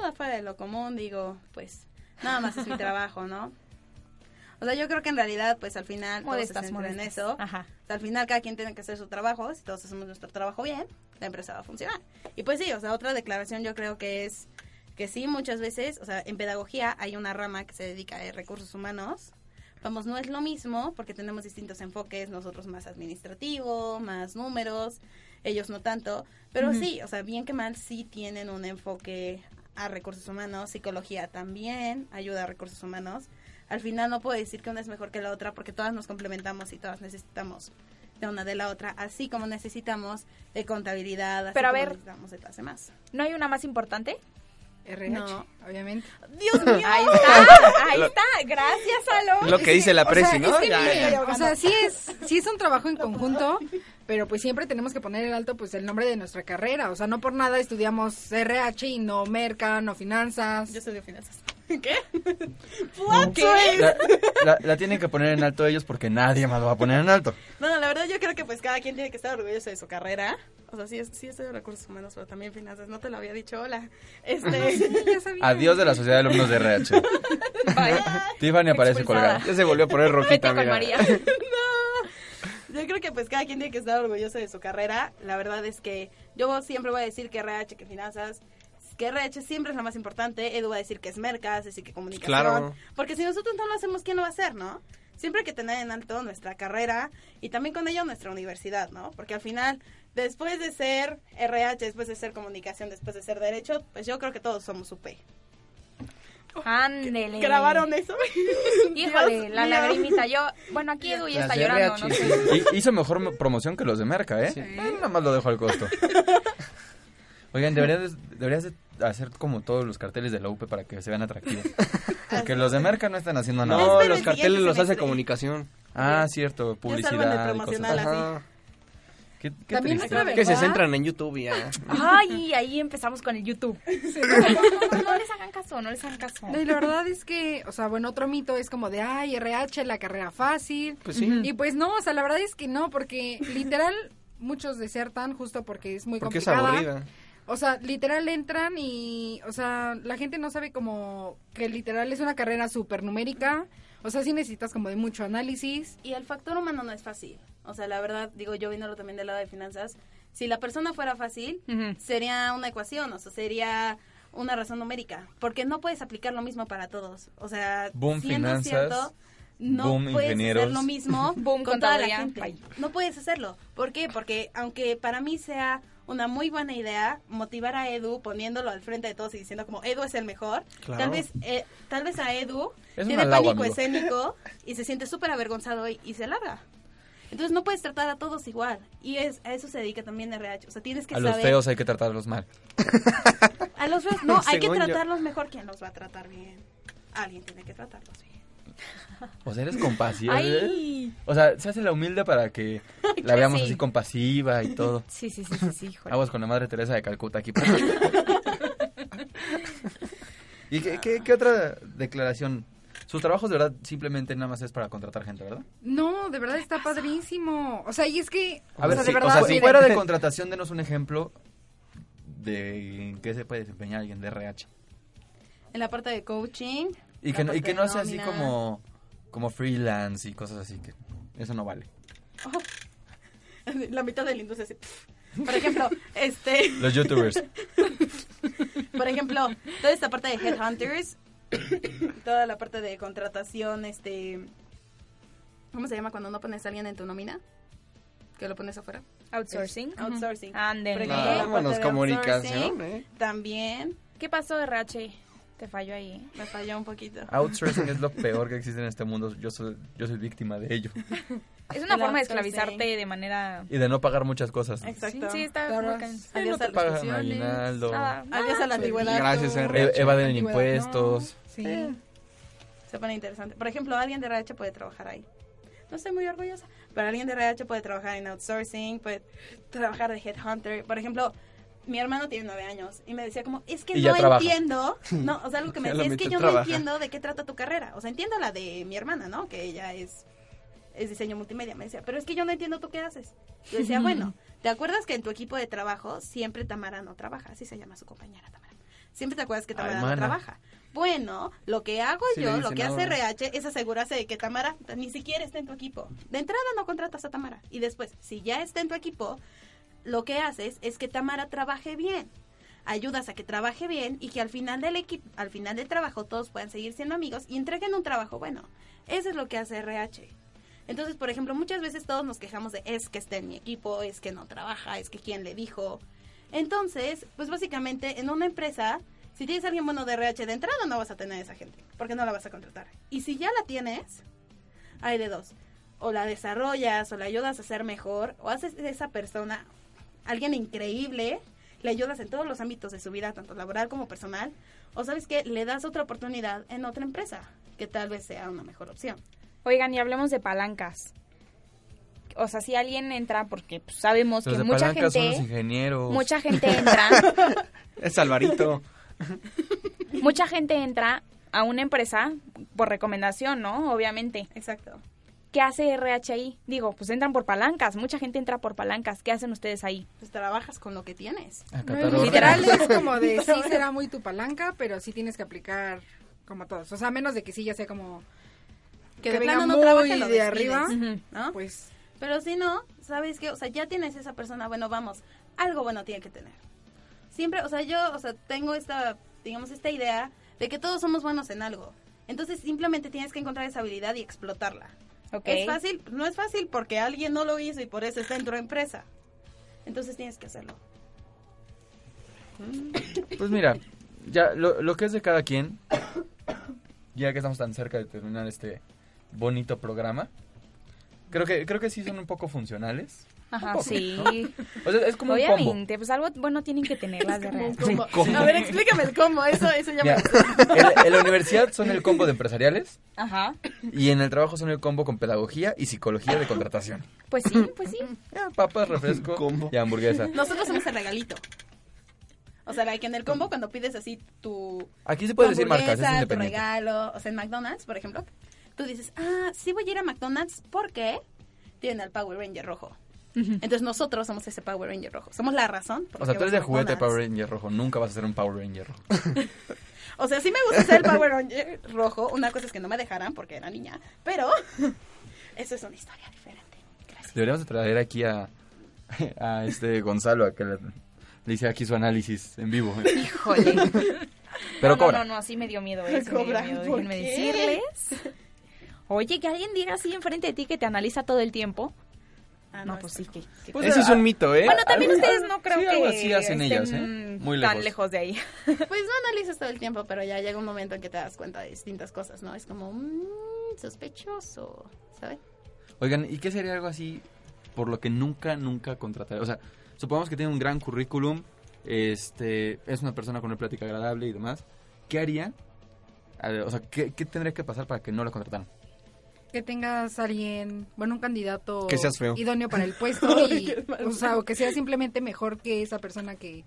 Speaker 5: nada fuera de lo común, digo, pues nada más es mi trabajo, ¿no? O sea, yo creo que en realidad, pues al final, todos
Speaker 2: Modestas,
Speaker 5: se centran en
Speaker 2: modestas. Ah.
Speaker 5: eso.
Speaker 2: Ajá.
Speaker 5: O sea, al final, cada quien tiene que hacer su trabajo. Si todos hacemos nuestro trabajo bien, la empresa va a funcionar. Y pues sí, o sea, otra declaración yo creo que es que sí, muchas veces, o sea, en pedagogía hay una rama que se dedica a recursos humanos. Vamos, no es lo mismo porque tenemos distintos enfoques, nosotros más administrativo, más números, ellos no tanto, pero
Speaker 2: Ujú.
Speaker 5: sí, o sea, bien que mal sí tienen un enfoque a recursos humanos, psicología también, ayuda a recursos humanos. Al final no puedo decir que una es mejor que la otra porque todas nos complementamos y todas necesitamos de una de la otra, así como necesitamos de contabilidad, así
Speaker 2: Pero a
Speaker 5: como
Speaker 2: ver.
Speaker 5: necesitamos de todas las demás.
Speaker 2: ¿No hay una más importante?
Speaker 4: RH,
Speaker 5: No.
Speaker 4: obviamente.
Speaker 5: Dios mío.
Speaker 2: Ahí está, ahí
Speaker 6: Lo-
Speaker 2: está. Gracias, Aló.
Speaker 6: Lo que dice la presi,
Speaker 4: sea,
Speaker 6: ¿no?
Speaker 4: es que
Speaker 6: Ya,
Speaker 4: miren,
Speaker 6: ya.
Speaker 4: O sea, sí es, sí es un trabajo en conjunto, pero pues siempre tenemos que poner en alto pues el nombre de nuestra carrera. O sea, no por nada estudiamos RH y no merca, no finanzas. Yo
Speaker 5: estudio finanzas.
Speaker 3: La, la- la tienen que poner en alto ellos porque nadie más lo va a poner en alto.
Speaker 5: No, no, la verdad yo creo que pues cada quien tiene que estar orgulloso de su carrera. O sea, sí, es- sí estoy de recursos humanos, pero también finanzas. No te lo había dicho, hola. Este,
Speaker 3: Adiós de la Sociedad de Alumnos de RH. Tiffany aparece colgada.
Speaker 6: Ya se volvió a poner rojita, mira.
Speaker 5: Yo creo que pues cada quien tiene que estar orgulloso de su carrera. La verdad es que yo siempre voy a decir que RH, que finanzas, que RH siempre es la más importante. Edu va a decir que es mercas, así
Speaker 3: Pues
Speaker 5: que comunicación.
Speaker 6: Claro.
Speaker 5: Porque si nosotros no lo hacemos, ¿quién lo va a hacer, no? Siempre hay que tener en alto nuestra carrera y también con ello nuestra universidad, ¿no? Porque al final, después de ser RH, después de ser comunicación, después de ser derecho, pues yo creo que todos somos UP.
Speaker 2: Ándele.
Speaker 5: ¿Grabaron eso?
Speaker 2: Híjole,
Speaker 5: Dios
Speaker 2: la
Speaker 5: mío.
Speaker 2: lagrimita. Yo, bueno, aquí Edu ya está llorando, no sé.
Speaker 3: Y- Hizo mejor mo- promoción que los de Merca, ¿eh? Eh, Nada más lo dejo al costo. Oigan, deberías, deberías de hacer como todos los carteles de la UP para que se vean atractivos. Porque los de Merca no están haciendo nada.
Speaker 6: No, los carteles los hace comunicación.
Speaker 3: Ah, cierto, publicidad. y cosas. Ajá. Qué, qué
Speaker 2: También
Speaker 5: Ah,
Speaker 3: triste.
Speaker 2: otra vez, Que se ¿verdad? centran
Speaker 6: en YouTube y ya.
Speaker 2: Ay, ahí empezamos con el YouTube. No, no les hagan caso, no les hagan caso.
Speaker 4: No, y la verdad es que, o sea, bueno, otro mito es como de, ay, RH, la carrera fácil.
Speaker 6: Pues sí.
Speaker 4: Y pues no, o sea, la verdad es que no, porque literal muchos desertan justo porque es muy
Speaker 6: Porque es
Speaker 4: complicada.
Speaker 6: aburrida.
Speaker 4: O sea, literal entran y, o sea, la gente no sabe como que literal es una carrera supernumérica. O sea, sí necesitas como de mucho análisis.
Speaker 5: Y el factor humano no es fácil. O sea, la verdad, digo yo viéndolo también del lado de finanzas, si la persona fuera fácil, sería una ecuación, o sea, sería una razón numérica, porque no puedes aplicar lo mismo para todos. O sea,
Speaker 3: Boom
Speaker 5: siendo
Speaker 3: finanzas,
Speaker 5: cierto, no
Speaker 3: boom
Speaker 5: puedes
Speaker 3: ingenieros.
Speaker 5: hacer lo mismo
Speaker 2: Boom
Speaker 5: con toda la
Speaker 2: contaduría.
Speaker 5: gente.
Speaker 2: Bye.
Speaker 5: No puedes hacerlo. ¿Por qué? Porque aunque para mí sea una muy buena idea motivar a Edu poniéndolo al frente de todos y diciendo como Edu es el mejor,
Speaker 3: Claro.
Speaker 5: tal vez eh, tal vez a Edu
Speaker 3: Es un
Speaker 5: tiene
Speaker 3: halago,
Speaker 5: pánico
Speaker 3: amigo.
Speaker 5: escénico y se siente súper avergonzado y, y se larga. Entonces no puedes tratar a todos igual y es, a eso se dedica también RH. O sea, tienes que
Speaker 3: A los
Speaker 5: saber
Speaker 3: feos hay que tratarlos mal.
Speaker 5: a los feos no, hay que
Speaker 3: Según yo.
Speaker 5: tratarlos mejor. ¿Quién los va a tratar bien? Alguien tiene que tratarlos bien.
Speaker 3: O sea, eres compasiva.
Speaker 5: Ay.
Speaker 3: O sea, se hace la humilde para que la
Speaker 5: Que
Speaker 3: veamos
Speaker 5: sí.
Speaker 3: así compasiva y todo.
Speaker 5: Sí, sí, sí, sí, sí, híjole.
Speaker 3: Aguas con la madre Teresa de Calcuta aquí. ¿Y qué, qué- qué otra declaración? Sus trabajos de verdad simplemente nada más es para contratar gente, ¿verdad?
Speaker 4: No, de verdad está padrísimo. O sea, y es que...
Speaker 3: A ver,
Speaker 4: o sea,
Speaker 3: sí,
Speaker 4: de verdad,
Speaker 3: o sea, si
Speaker 4: miren,
Speaker 3: fuera de contratación, denos un ejemplo de en qué se puede desempeñar alguien de RH.
Speaker 5: En la parte de coaching.
Speaker 3: Y que,
Speaker 5: la
Speaker 3: no- y
Speaker 5: parte
Speaker 3: que
Speaker 5: de
Speaker 3: no sea así
Speaker 5: nómina.
Speaker 3: como, como freelance y cosas así, que eso no vale.
Speaker 5: La mitad de la industria. así, pf. Por ejemplo, este...
Speaker 3: Los youtubers.
Speaker 5: Por ejemplo, toda esta parte de headhunters, toda la parte de contratación, este... ¿Cómo se llama cuando no pones a alguien en tu nómina? Que lo pones afuera.
Speaker 2: Outsourcing.
Speaker 5: Es- outsourcing.
Speaker 2: Anden.
Speaker 5: Por ejemplo,
Speaker 6: Ah,
Speaker 5: la parte
Speaker 6: vámonos,
Speaker 5: de
Speaker 6: comunicación,
Speaker 5: outsourcing,
Speaker 6: ¿eh?
Speaker 5: También.
Speaker 2: ¿Qué pasó, RH? Te falló ahí. ¿eh?
Speaker 5: Me falló un poquito.
Speaker 3: Ah, Outsourcing es lo peor que existe en este mundo. Yo soy, yo soy víctima de ello.
Speaker 2: Es una
Speaker 5: El
Speaker 2: forma de
Speaker 5: outsourcing.
Speaker 2: esclavizarte de manera...
Speaker 3: Y de no pagar muchas cosas.
Speaker 5: Exacto.
Speaker 2: Sí, sí, está muy
Speaker 5: Claro.
Speaker 2: cañón. Ah,
Speaker 5: Adiós
Speaker 3: No te
Speaker 5: a las
Speaker 3: pagan
Speaker 5: pensiones.
Speaker 3: aguinaldo.
Speaker 5: Nada, Adiós a la antigüedad.
Speaker 3: Gracias,
Speaker 5: tú.
Speaker 3: RH. E- evaden impuestos.
Speaker 5: No, sí. Se pone interesante. Por ejemplo, alguien de RH puede trabajar ahí. No estoy muy orgullosa, pero alguien de RH puede trabajar en outsourcing, puede trabajar de headhunter. Por ejemplo, mi hermano tiene nueve años y me decía como, es que
Speaker 3: Y ya
Speaker 5: no
Speaker 3: trabaja.
Speaker 5: entiendo. No, o sea, algo que me
Speaker 3: Ya
Speaker 5: decía,
Speaker 3: lo
Speaker 5: es que
Speaker 3: metes,
Speaker 5: yo no
Speaker 3: trabaja.
Speaker 5: entiendo de qué trata tu carrera. O sea, entiendo la de mi hermana, ¿no? Que ella es, es diseño multimedia. Me decía, pero es que yo no entiendo tú qué haces. Yo decía, bueno, ¿te acuerdas que en tu equipo de trabajo siempre Tamara no trabaja? Así se llama su compañera, Tamara. Siempre te acuerdas que Tamara no
Speaker 3: mana.
Speaker 5: trabaja. Bueno, lo que hago
Speaker 3: Sí, le
Speaker 5: yo, lo
Speaker 3: dicen
Speaker 5: que hace
Speaker 3: ahora.
Speaker 5: RH es asegurarse de que Tamara ni siquiera está en tu equipo. De entrada no contratas a Tamara. Y después, si ya está en tu equipo, lo que haces es que Tamara trabaje bien. Ayudas a que trabaje bien y que al final del equipo, al final del trabajo todos puedan seguir siendo amigos y entreguen un trabajo bueno. Eso es lo que hace RH. Entonces, por ejemplo, muchas veces todos nos quejamos de es que está en mi equipo, es que no trabaja, es que quién le dijo. Entonces, pues básicamente en una empresa, si tienes a alguien bueno de RH de entrada, no vas a tener a esa gente, porque no la vas a contratar. Y si ya la tienes, hay de dos. O la desarrollas, o la ayudas a ser mejor, o haces de esa persona alguien increíble, le ayudas en todos los ámbitos de su vida, tanto laboral como personal, o sabes que le das otra oportunidad en otra empresa, que tal vez sea una mejor opción.
Speaker 2: Oigan, y hablemos de palancas. O sea, si alguien entra, porque pues, sabemos
Speaker 3: Los
Speaker 2: que
Speaker 3: de
Speaker 2: mucha
Speaker 3: palanca son los
Speaker 2: gente,
Speaker 3: ingenieros.
Speaker 2: mucha gente entra,
Speaker 6: Es Alvarito.
Speaker 2: mucha gente entra a una empresa por recomendación, ¿no? Obviamente.
Speaker 5: Exacto.
Speaker 2: ¿Qué hace RH ahí? Digo, pues entran por palancas, mucha gente entra por palancas. ¿Qué hacen ustedes ahí?
Speaker 5: Pues trabajas con lo que tienes.
Speaker 4: Literal es como de sí será muy tu palanca, pero sí tienes que aplicar como todos. O sea, a menos de que sí ya sea como
Speaker 5: Que de
Speaker 4: venga
Speaker 5: plano no
Speaker 4: muy
Speaker 5: trabaje, lo
Speaker 4: de
Speaker 5: despides,
Speaker 4: arriba,
Speaker 5: ujú,
Speaker 4: pues
Speaker 5: Pero si no, ¿sabes qué? O sea, ya tienes esa persona, bueno, vamos, algo bueno tiene que tener. Siempre, o sea, yo, o sea, tengo esta, digamos, esta idea de que todos somos buenos en algo. Entonces, simplemente tienes que encontrar esa habilidad y explotarla.
Speaker 2: Ok.
Speaker 5: ¿Es fácil? No es fácil porque alguien no lo hizo y por eso está en tu empresa. Entonces, tienes que hacerlo.
Speaker 3: Pues mira, ya lo, lo que es de cada quien, ya que estamos tan cerca de terminar este bonito programa, creo que creo que sí son un poco funcionales.
Speaker 2: Ajá,
Speaker 3: Un poco,
Speaker 2: sí.
Speaker 3: O sea, es como un
Speaker 2: Obviamente,
Speaker 3: combo.
Speaker 2: pues algo bueno tienen que tener las de RH.
Speaker 3: combo. Es un combo.
Speaker 5: A ver, explícame el cómo, eso, eso ya me...
Speaker 3: Mira, en, en la universidad son el combo de empresariales
Speaker 2: Ajá.
Speaker 3: y en el trabajo son el combo con pedagogía y psicología de contratación.
Speaker 2: Pues sí, pues sí.
Speaker 3: Papas, refresco y hamburguesa.
Speaker 5: Nosotros somos el regalito. O sea, like en el combo cuando pides así tu
Speaker 3: Aquí se puede
Speaker 5: tu
Speaker 3: decir marcas, es
Speaker 5: hamburguesa, tu
Speaker 3: independiente.
Speaker 5: regalo, o sea, en McDonald's, por ejemplo, tú dices, "Ah, sí voy a ir a McDonald's porque tienen al Power Ranger rojo." Entonces nosotros somos ese Power Ranger rojo. Somos la razón. por la
Speaker 3: O sea,
Speaker 5: que
Speaker 3: tú eres
Speaker 5: vas a
Speaker 3: de juguete
Speaker 5: McDonald's.
Speaker 3: Power Ranger rojo, nunca vas a ser un Power Ranger rojo.
Speaker 5: O sea, sí me gusta ser el Power Ranger rojo. Una cosa es que no me dejaran porque era niña, pero eso es una historia diferente.
Speaker 3: Deberíamos de traer aquí a, a este Gonzalo a que le, Le hice aquí su análisis en vivo.
Speaker 2: Híjole.
Speaker 3: Pero
Speaker 2: no,
Speaker 3: cobra.
Speaker 2: No, no, no, sí me dio miedo eso. me dio
Speaker 5: Cobra,
Speaker 2: miedo,
Speaker 5: ¿por
Speaker 2: déjenme
Speaker 5: qué?
Speaker 2: decirles. Oye, que alguien diga así enfrente de ti que te analiza todo el tiempo.
Speaker 5: Ah,
Speaker 2: no, pues sí que. que-
Speaker 6: Pues Ese es un mito, ¿eh?
Speaker 2: Bueno, también
Speaker 6: Algo-
Speaker 2: ustedes no creo
Speaker 6: sí,
Speaker 2: que
Speaker 6: algo así hacen
Speaker 2: estén
Speaker 6: ellas, ¿eh? Muy
Speaker 2: tan
Speaker 6: lejos.
Speaker 2: lejos de ahí.
Speaker 5: Pues no analizas todo el tiempo, pero ya llega un momento en que te das cuenta de distintas cosas, ¿no? Es como, mm, sospechoso, ¿sabes?
Speaker 3: Oigan, ¿y qué sería algo así por lo que nunca, nunca contratar? O sea, supongamos que tiene un gran currículum, este, es una persona con una plática agradable y demás. ¿Qué haría? A ver, O sea, ¿qué, qué tendría que pasar para que no la contrataran?
Speaker 4: Que tengas alguien, bueno, un candidato
Speaker 3: Que seas feo.
Speaker 4: idóneo para el puesto y, o sea, o que sea simplemente mejor que esa persona que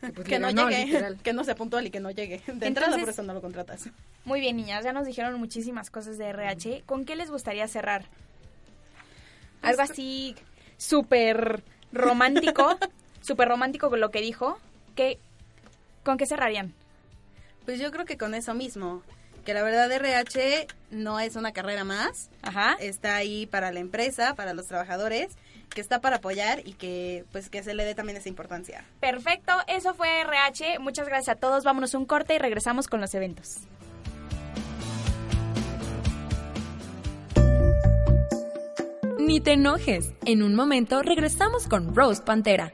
Speaker 4: que, pues, le
Speaker 5: Que no
Speaker 4: ganó,
Speaker 5: llegue,
Speaker 4: literal.
Speaker 5: que no sea puntual y que no llegue. De entrada, por eso no lo contratas.
Speaker 2: Muy bien, niñas, ya nos dijeron muchísimas cosas de RH. ¿Con qué les gustaría cerrar? Algo así súper romántico, súper romántico con lo que dijo. ¿Qué, ¿Con qué cerrarían?
Speaker 5: Pues yo creo que con eso mismo, que la verdad RH no es una carrera más, está ahí para la empresa, para los trabajadores, que está para apoyar y que pues que se le dé también esa importancia.
Speaker 2: Perfecto, eso fue RH. Muchas gracias a todos. Vámonos un corte y regresamos con los eventos.
Speaker 1: Ni te enojes. En un momento regresamos con Rose Pantera.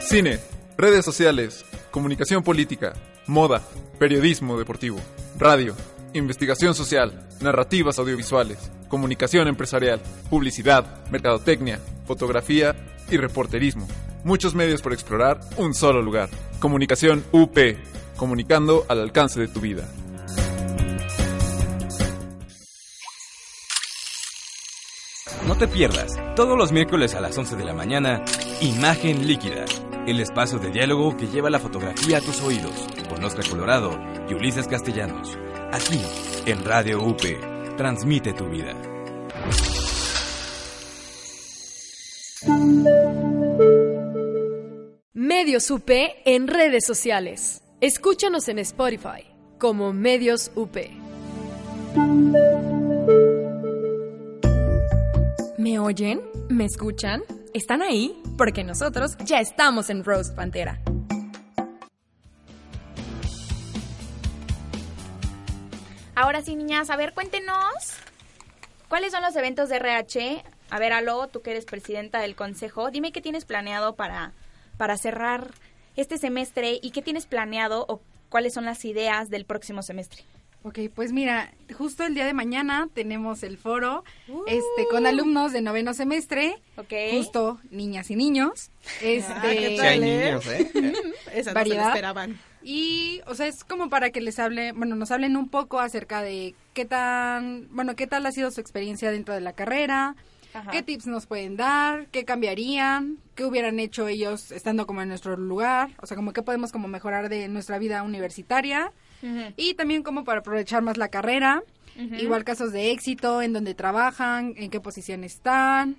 Speaker 14: Cine, redes sociales, comunicación política, moda, periodismo deportivo, radio, investigación social, narrativas audiovisuales, comunicación empresarial, publicidad, mercadotecnia, fotografía y reporterismo. Muchos medios por explorar, un solo lugar. Comunicación UP, comunicando al alcance de tu vida.
Speaker 15: No te pierdas, todos los miércoles a las 11 de la mañana, Imagen Líquida, el espacio de diálogo que lleva la fotografía a tus oídos, con Oscar Colorado y Ulises Castellanos. Aquí, en Radio UP, transmite tu vida.
Speaker 8: Medios UP en redes sociales. Escúchanos en Spotify como Medios UP.
Speaker 1: ¿Me oyen? ¿Me escuchan? ¿Están ahí? Porque nosotros ya estamos en Rose Pantera.
Speaker 2: Ahora sí, niñas, a ver, cuéntenos. ¿Cuáles son los eventos de RH? A ver, Alo, tú que eres presidenta del consejo, dime qué tienes planeado para, para cerrar este semestre y qué tienes planeado o cuáles son las ideas del próximo semestre.
Speaker 4: Ok, pues mira, justo el día de mañana tenemos el foro
Speaker 5: Uh.
Speaker 4: este con alumnos de noveno semestre, justo niñas y niños.
Speaker 5: Ah,
Speaker 4: Este,
Speaker 6: ¿eh?
Speaker 5: Esa Mm-hmm. no se la
Speaker 4: variedad.
Speaker 5: esperaban.
Speaker 4: Y, o sea, es como para que les hable, bueno, nos hablen un poco acerca de qué tan, bueno, qué tal ha sido su experiencia dentro de la carrera, qué tips nos pueden dar, qué cambiarían, qué hubieran hecho ellos estando como en nuestro lugar, o sea, como qué podemos como mejorar de nuestra vida universitaria y también como para aprovechar más la carrera,
Speaker 5: Ujú.
Speaker 4: igual casos de éxito, en dónde trabajan, en qué posición están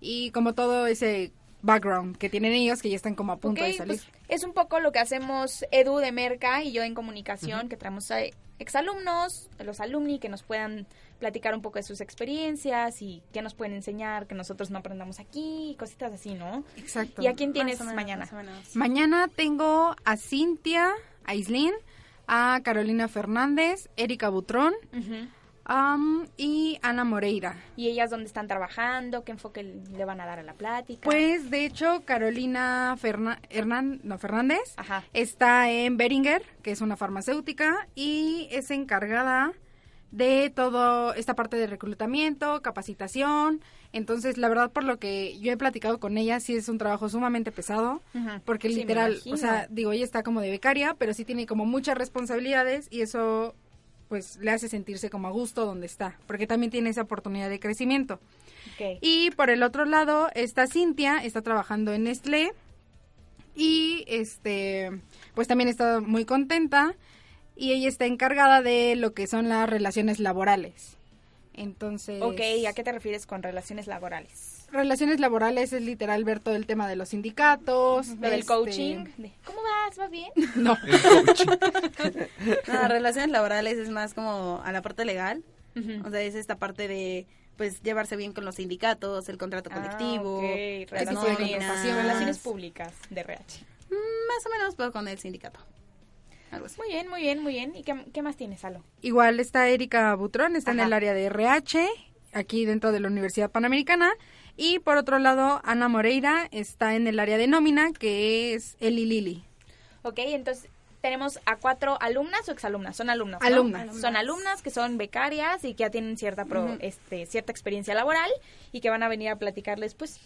Speaker 4: y como todo ese background que tienen ellos que ya están como a punto
Speaker 2: Ok,
Speaker 4: de salir.
Speaker 2: pues, es un poco lo que hacemos Edu de Merca y yo en comunicación, que traemos a exalumnos, a los alumni, que nos puedan platicar un poco de sus experiencias y qué nos pueden enseñar que nosotros no aprendamos aquí y cositas así, ¿no?
Speaker 4: Exacto.
Speaker 2: ¿Y a quién
Speaker 4: Más
Speaker 2: tienes
Speaker 4: o menos,
Speaker 2: mañana?
Speaker 4: Mañana tengo a Cintia, a Islin, a Carolina Fernández, Erika Butrón
Speaker 2: Ujú.
Speaker 4: am, y Ana Moreira.
Speaker 2: ¿Y ellas dónde están trabajando? ¿Qué enfoque le van a dar a la plática?
Speaker 4: Pues de hecho Carolina Ferna- Hernan- no, Fernández está en Beringer, que es una farmacéutica, y es encargada de toda esta parte de reclutamiento, capacitación. Entonces, la verdad, por lo que yo he platicado con ella, sí es un trabajo sumamente pesado. Porque
Speaker 2: Sí, me
Speaker 4: literal,
Speaker 2: imagino.
Speaker 4: o sea, digo, ella está como de becaria, pero sí tiene como muchas responsabilidades y eso pues le hace sentirse como a gusto donde está, porque también tiene esa oportunidad de crecimiento.
Speaker 2: Ok.
Speaker 4: Y por el otro lado está Cintia, está trabajando en Nestlé y este pues también está muy contenta y ella está encargada de lo que son las relaciones laborales. Entonces,
Speaker 2: Ok, ¿a qué te refieres con relaciones laborales?
Speaker 4: relaciones laborales es literal ver todo el tema de los sindicatos,
Speaker 2: Lo del
Speaker 4: este,
Speaker 2: coaching. de, ¿Cómo vas? ¿Vas bien?
Speaker 4: No.
Speaker 5: No, relaciones laborales es más como a la parte legal. O sea, es esta parte de pues llevarse bien con los sindicatos, el contrato colectivo,
Speaker 2: Ah, ok. Relaciones de contratación, relaciones públicas de RH.
Speaker 5: Más o menos, pero con el sindicato.
Speaker 2: Muy bien, muy bien, muy bien. ¿Y qué, qué más tienes, Alo?
Speaker 4: Igual está Erika Butrón, está en el área de RH, aquí dentro de la Universidad Panamericana. Y por otro lado, Ana Moreira está en el área de nómina, que es Eli Lili.
Speaker 2: Ok, entonces tenemos a cuatro alumnas o exalumnas, son alumnas. ¿no?
Speaker 4: Alumnas.
Speaker 2: Son alumnas que son becarias y que ya tienen cierta, pro-
Speaker 4: Ujú.
Speaker 2: este, cierta experiencia laboral y que van a venir a platicarles, pues,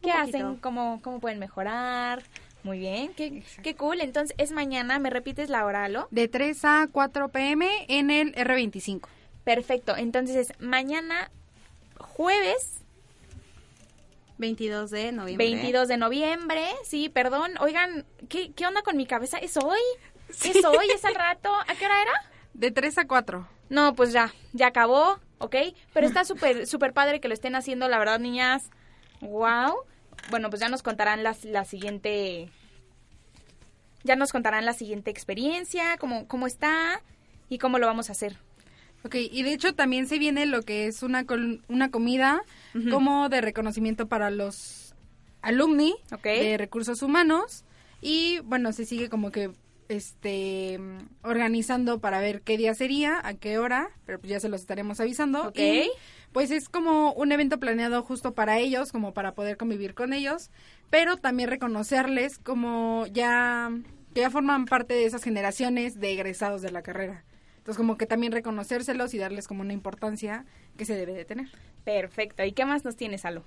Speaker 2: qué
Speaker 10: poquito.
Speaker 2: hacen, cómo, cómo pueden mejorar. Muy bien, qué, qué cool. Entonces es mañana, ¿me repites la hora, Alo?
Speaker 4: De 3 a 4 pm en el R25.
Speaker 2: Perfecto, entonces es mañana jueves
Speaker 5: 22 de noviembre.
Speaker 4: ¿eh?
Speaker 2: 22 de noviembre, sí, perdón. Oigan, ¿qué, qué onda con mi cabeza? ¿Es hoy? ¿Es hoy? ¿Es al rato? ¿A qué hora era?
Speaker 4: De 3 a 4.
Speaker 2: No, pues ya, ya acabó, ¿ok? Pero está súper, súper padre que lo estén haciendo, la verdad, niñas. Wow. Bueno, pues ya nos contarán las, la siguiente... Ya nos contarán la siguiente experiencia, cómo, cómo está y cómo lo vamos a hacer.
Speaker 4: Ok, y de hecho también se viene lo que es una, col- una comida
Speaker 2: Ujú.
Speaker 4: como de reconocimiento para los alumni de recursos humanos y bueno, se sigue como que este mm, organizando para ver qué día sería, a qué hora, pero pues ya se los estaremos avisando.
Speaker 2: Ok.
Speaker 4: Y, pues es como un evento planeado justo para ellos, como para poder convivir con ellos, pero también reconocerles como ya que ya forman parte de esas generaciones de egresados de la carrera. Entonces, como que también reconocérselos y darles como una importancia que se debe de tener.
Speaker 2: Perfecto. ¿Y qué más nos tienes, Alo?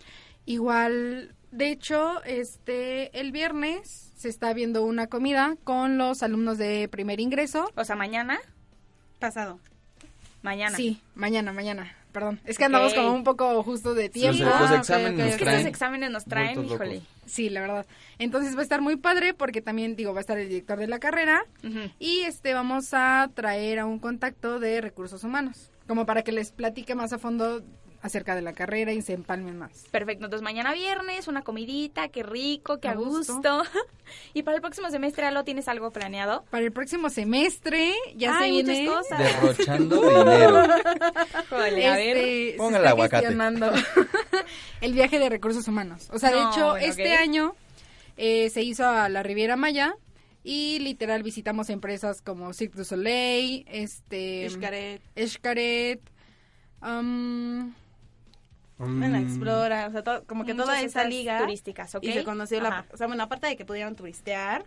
Speaker 4: Igual, de hecho, este el viernes se está viendo una comida con los alumnos de primer ingreso.
Speaker 2: O sea, mañana.
Speaker 5: Pasado.
Speaker 2: Mañana.
Speaker 4: Sí, mañana, mañana. Perdón, es que andamos
Speaker 2: Ok.
Speaker 4: como un poco justo de tiempo.
Speaker 2: los
Speaker 4: Ah, ok,
Speaker 2: exámenes
Speaker 4: ok,
Speaker 2: nos
Speaker 4: ok.
Speaker 2: traen Estos exámenes nos traen, bultos híjole. locos.
Speaker 4: Sí, la verdad. Entonces va a estar muy padre porque también, digo, va a estar el director de la carrera y este vamos a traer a un contacto de recursos humanos, como para que les platique más a fondo acerca de la carrera y se empalmen más.
Speaker 2: Perfecto, entonces mañana viernes, una comidita, qué rico, qué
Speaker 4: A
Speaker 2: a gusto. y para el próximo semestre, Alo, ¿tienes algo planeado?
Speaker 4: Para el próximo semestre ya se
Speaker 2: Ay, muchas
Speaker 4: viene...
Speaker 2: cosas.
Speaker 3: Derrochando dinero.
Speaker 2: Híjole, a ver.
Speaker 4: Este, se
Speaker 3: Ponga el
Speaker 4: está
Speaker 3: aguacate.
Speaker 4: gestionando el viaje de recursos humanos. O sea, de
Speaker 2: No,
Speaker 4: hecho,
Speaker 2: bueno,
Speaker 4: este
Speaker 2: ok.
Speaker 4: año eh, se hizo a la Riviera Maya y literal visitamos empresas como Cirque du Soleil, este...
Speaker 5: Xcaret.
Speaker 4: Xcaret, um,
Speaker 6: Mm.
Speaker 5: En la Explora, o sea, todo- como que
Speaker 2: Muchas
Speaker 5: toda esa
Speaker 2: otras
Speaker 5: liga.
Speaker 2: turísticas, ¿ok?
Speaker 5: Y se conoció la,
Speaker 2: Ajá.
Speaker 5: o sea, bueno, aparte de que pudieron turistear,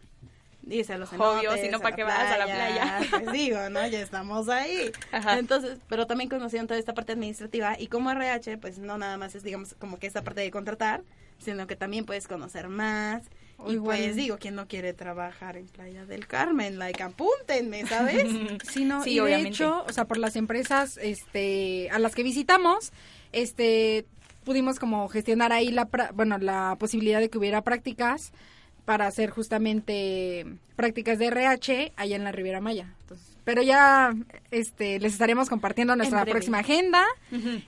Speaker 5: dice a los
Speaker 2: Obvio,
Speaker 5: cenotes,
Speaker 2: si no,
Speaker 5: a
Speaker 2: ¿para
Speaker 5: la
Speaker 2: qué vas a la playa?
Speaker 5: Pues digo, ¿no? Ya estamos ahí.
Speaker 2: Ajá.
Speaker 5: Entonces, pero también conocieron toda esta parte administrativa y como RH, pues no nada más es, digamos, como que esta parte de contratar, sino que también puedes conocer más.
Speaker 4: O
Speaker 5: Y
Speaker 4: igual-
Speaker 5: pues digo, ¿quién no quiere trabajar en Playa del Carmen? Like, apúntenme, ¿sabes?
Speaker 4: Sí, no,
Speaker 5: Sí,
Speaker 4: y
Speaker 5: obviamente.
Speaker 4: de hecho, o sea, por las empresas este, a las que visitamos, este, pudimos como gestionar ahí la, pra- bueno, la posibilidad de que hubiera prácticas para hacer justamente prácticas de RH allá en la Riviera Maya. Entonces, pero ya este, les estaremos compartiendo nuestra
Speaker 2: breve.
Speaker 4: próxima agenda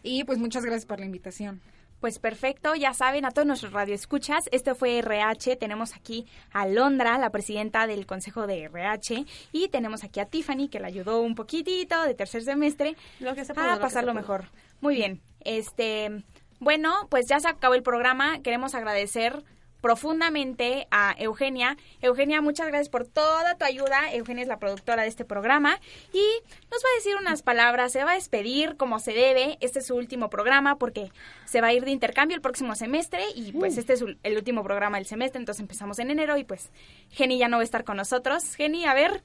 Speaker 4: y pues muchas gracias por la invitación.
Speaker 2: Pues perfecto, ya saben, a todos nuestros radioescuchas, este fue RH, tenemos aquí a Londra, la presidenta del Consejo de RH, y tenemos aquí a Tiffany, que la ayudó un poquitito de tercer semestre
Speaker 5: Lo que se pudo, lo
Speaker 2: a
Speaker 5: que
Speaker 2: Ah, pasarlo
Speaker 5: se pudo.
Speaker 2: mejor. Muy bien, este, bueno, pues ya se acabó el programa, queremos agradecer profundamente a Eugenia. Eugenia, muchas gracias por toda tu ayuda. Eugenia es la productora de este programa y nos va a decir unas palabras, se va a despedir como se debe. Este es su último programa porque se va a ir de intercambio el próximo semestre y pues
Speaker 10: Uh.
Speaker 2: este es su- el último programa del semestre, entonces empezamos en enero y pues Geni ya no va a estar con nosotros. Geni, a ver,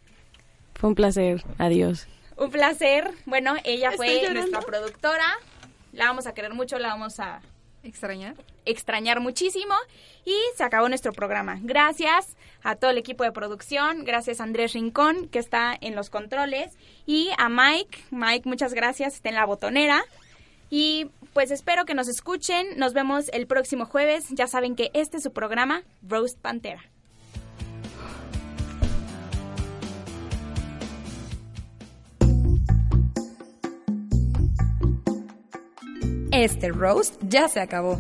Speaker 16: Fue un placer. Adiós.
Speaker 2: un placer. Bueno, ella
Speaker 16: Estoy
Speaker 2: fue
Speaker 16: llorando.
Speaker 2: nuestra productora. La vamos a querer mucho, la vamos a
Speaker 4: extrañar.
Speaker 2: Extrañar muchísimo y se acabó nuestro programa. Gracias a todo el equipo de producción, gracias a Andrés Rincón que está en los controles y a Mike. Mike, muchas gracias, está en la botonera. Y pues espero que nos escuchen. Nos vemos el próximo jueves. Ya saben que este es su programa Roast Pantera.
Speaker 1: Este roast ya se acabó.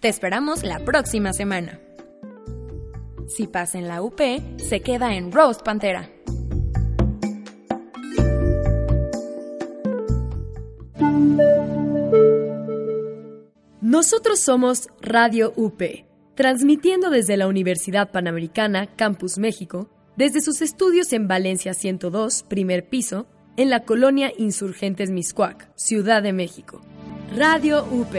Speaker 1: Te esperamos la próxima semana. Si pasa en la UP, se queda en Roast Pantera.
Speaker 13: Thank you.
Speaker 8: Nosotros somos Radio UP, transmitiendo desde la Universidad Panamericana, Campus México, desde sus estudios en Valencia 102, primer piso, en la colonia Insurgentes Miscuac, Ciudad de México. Radio UP.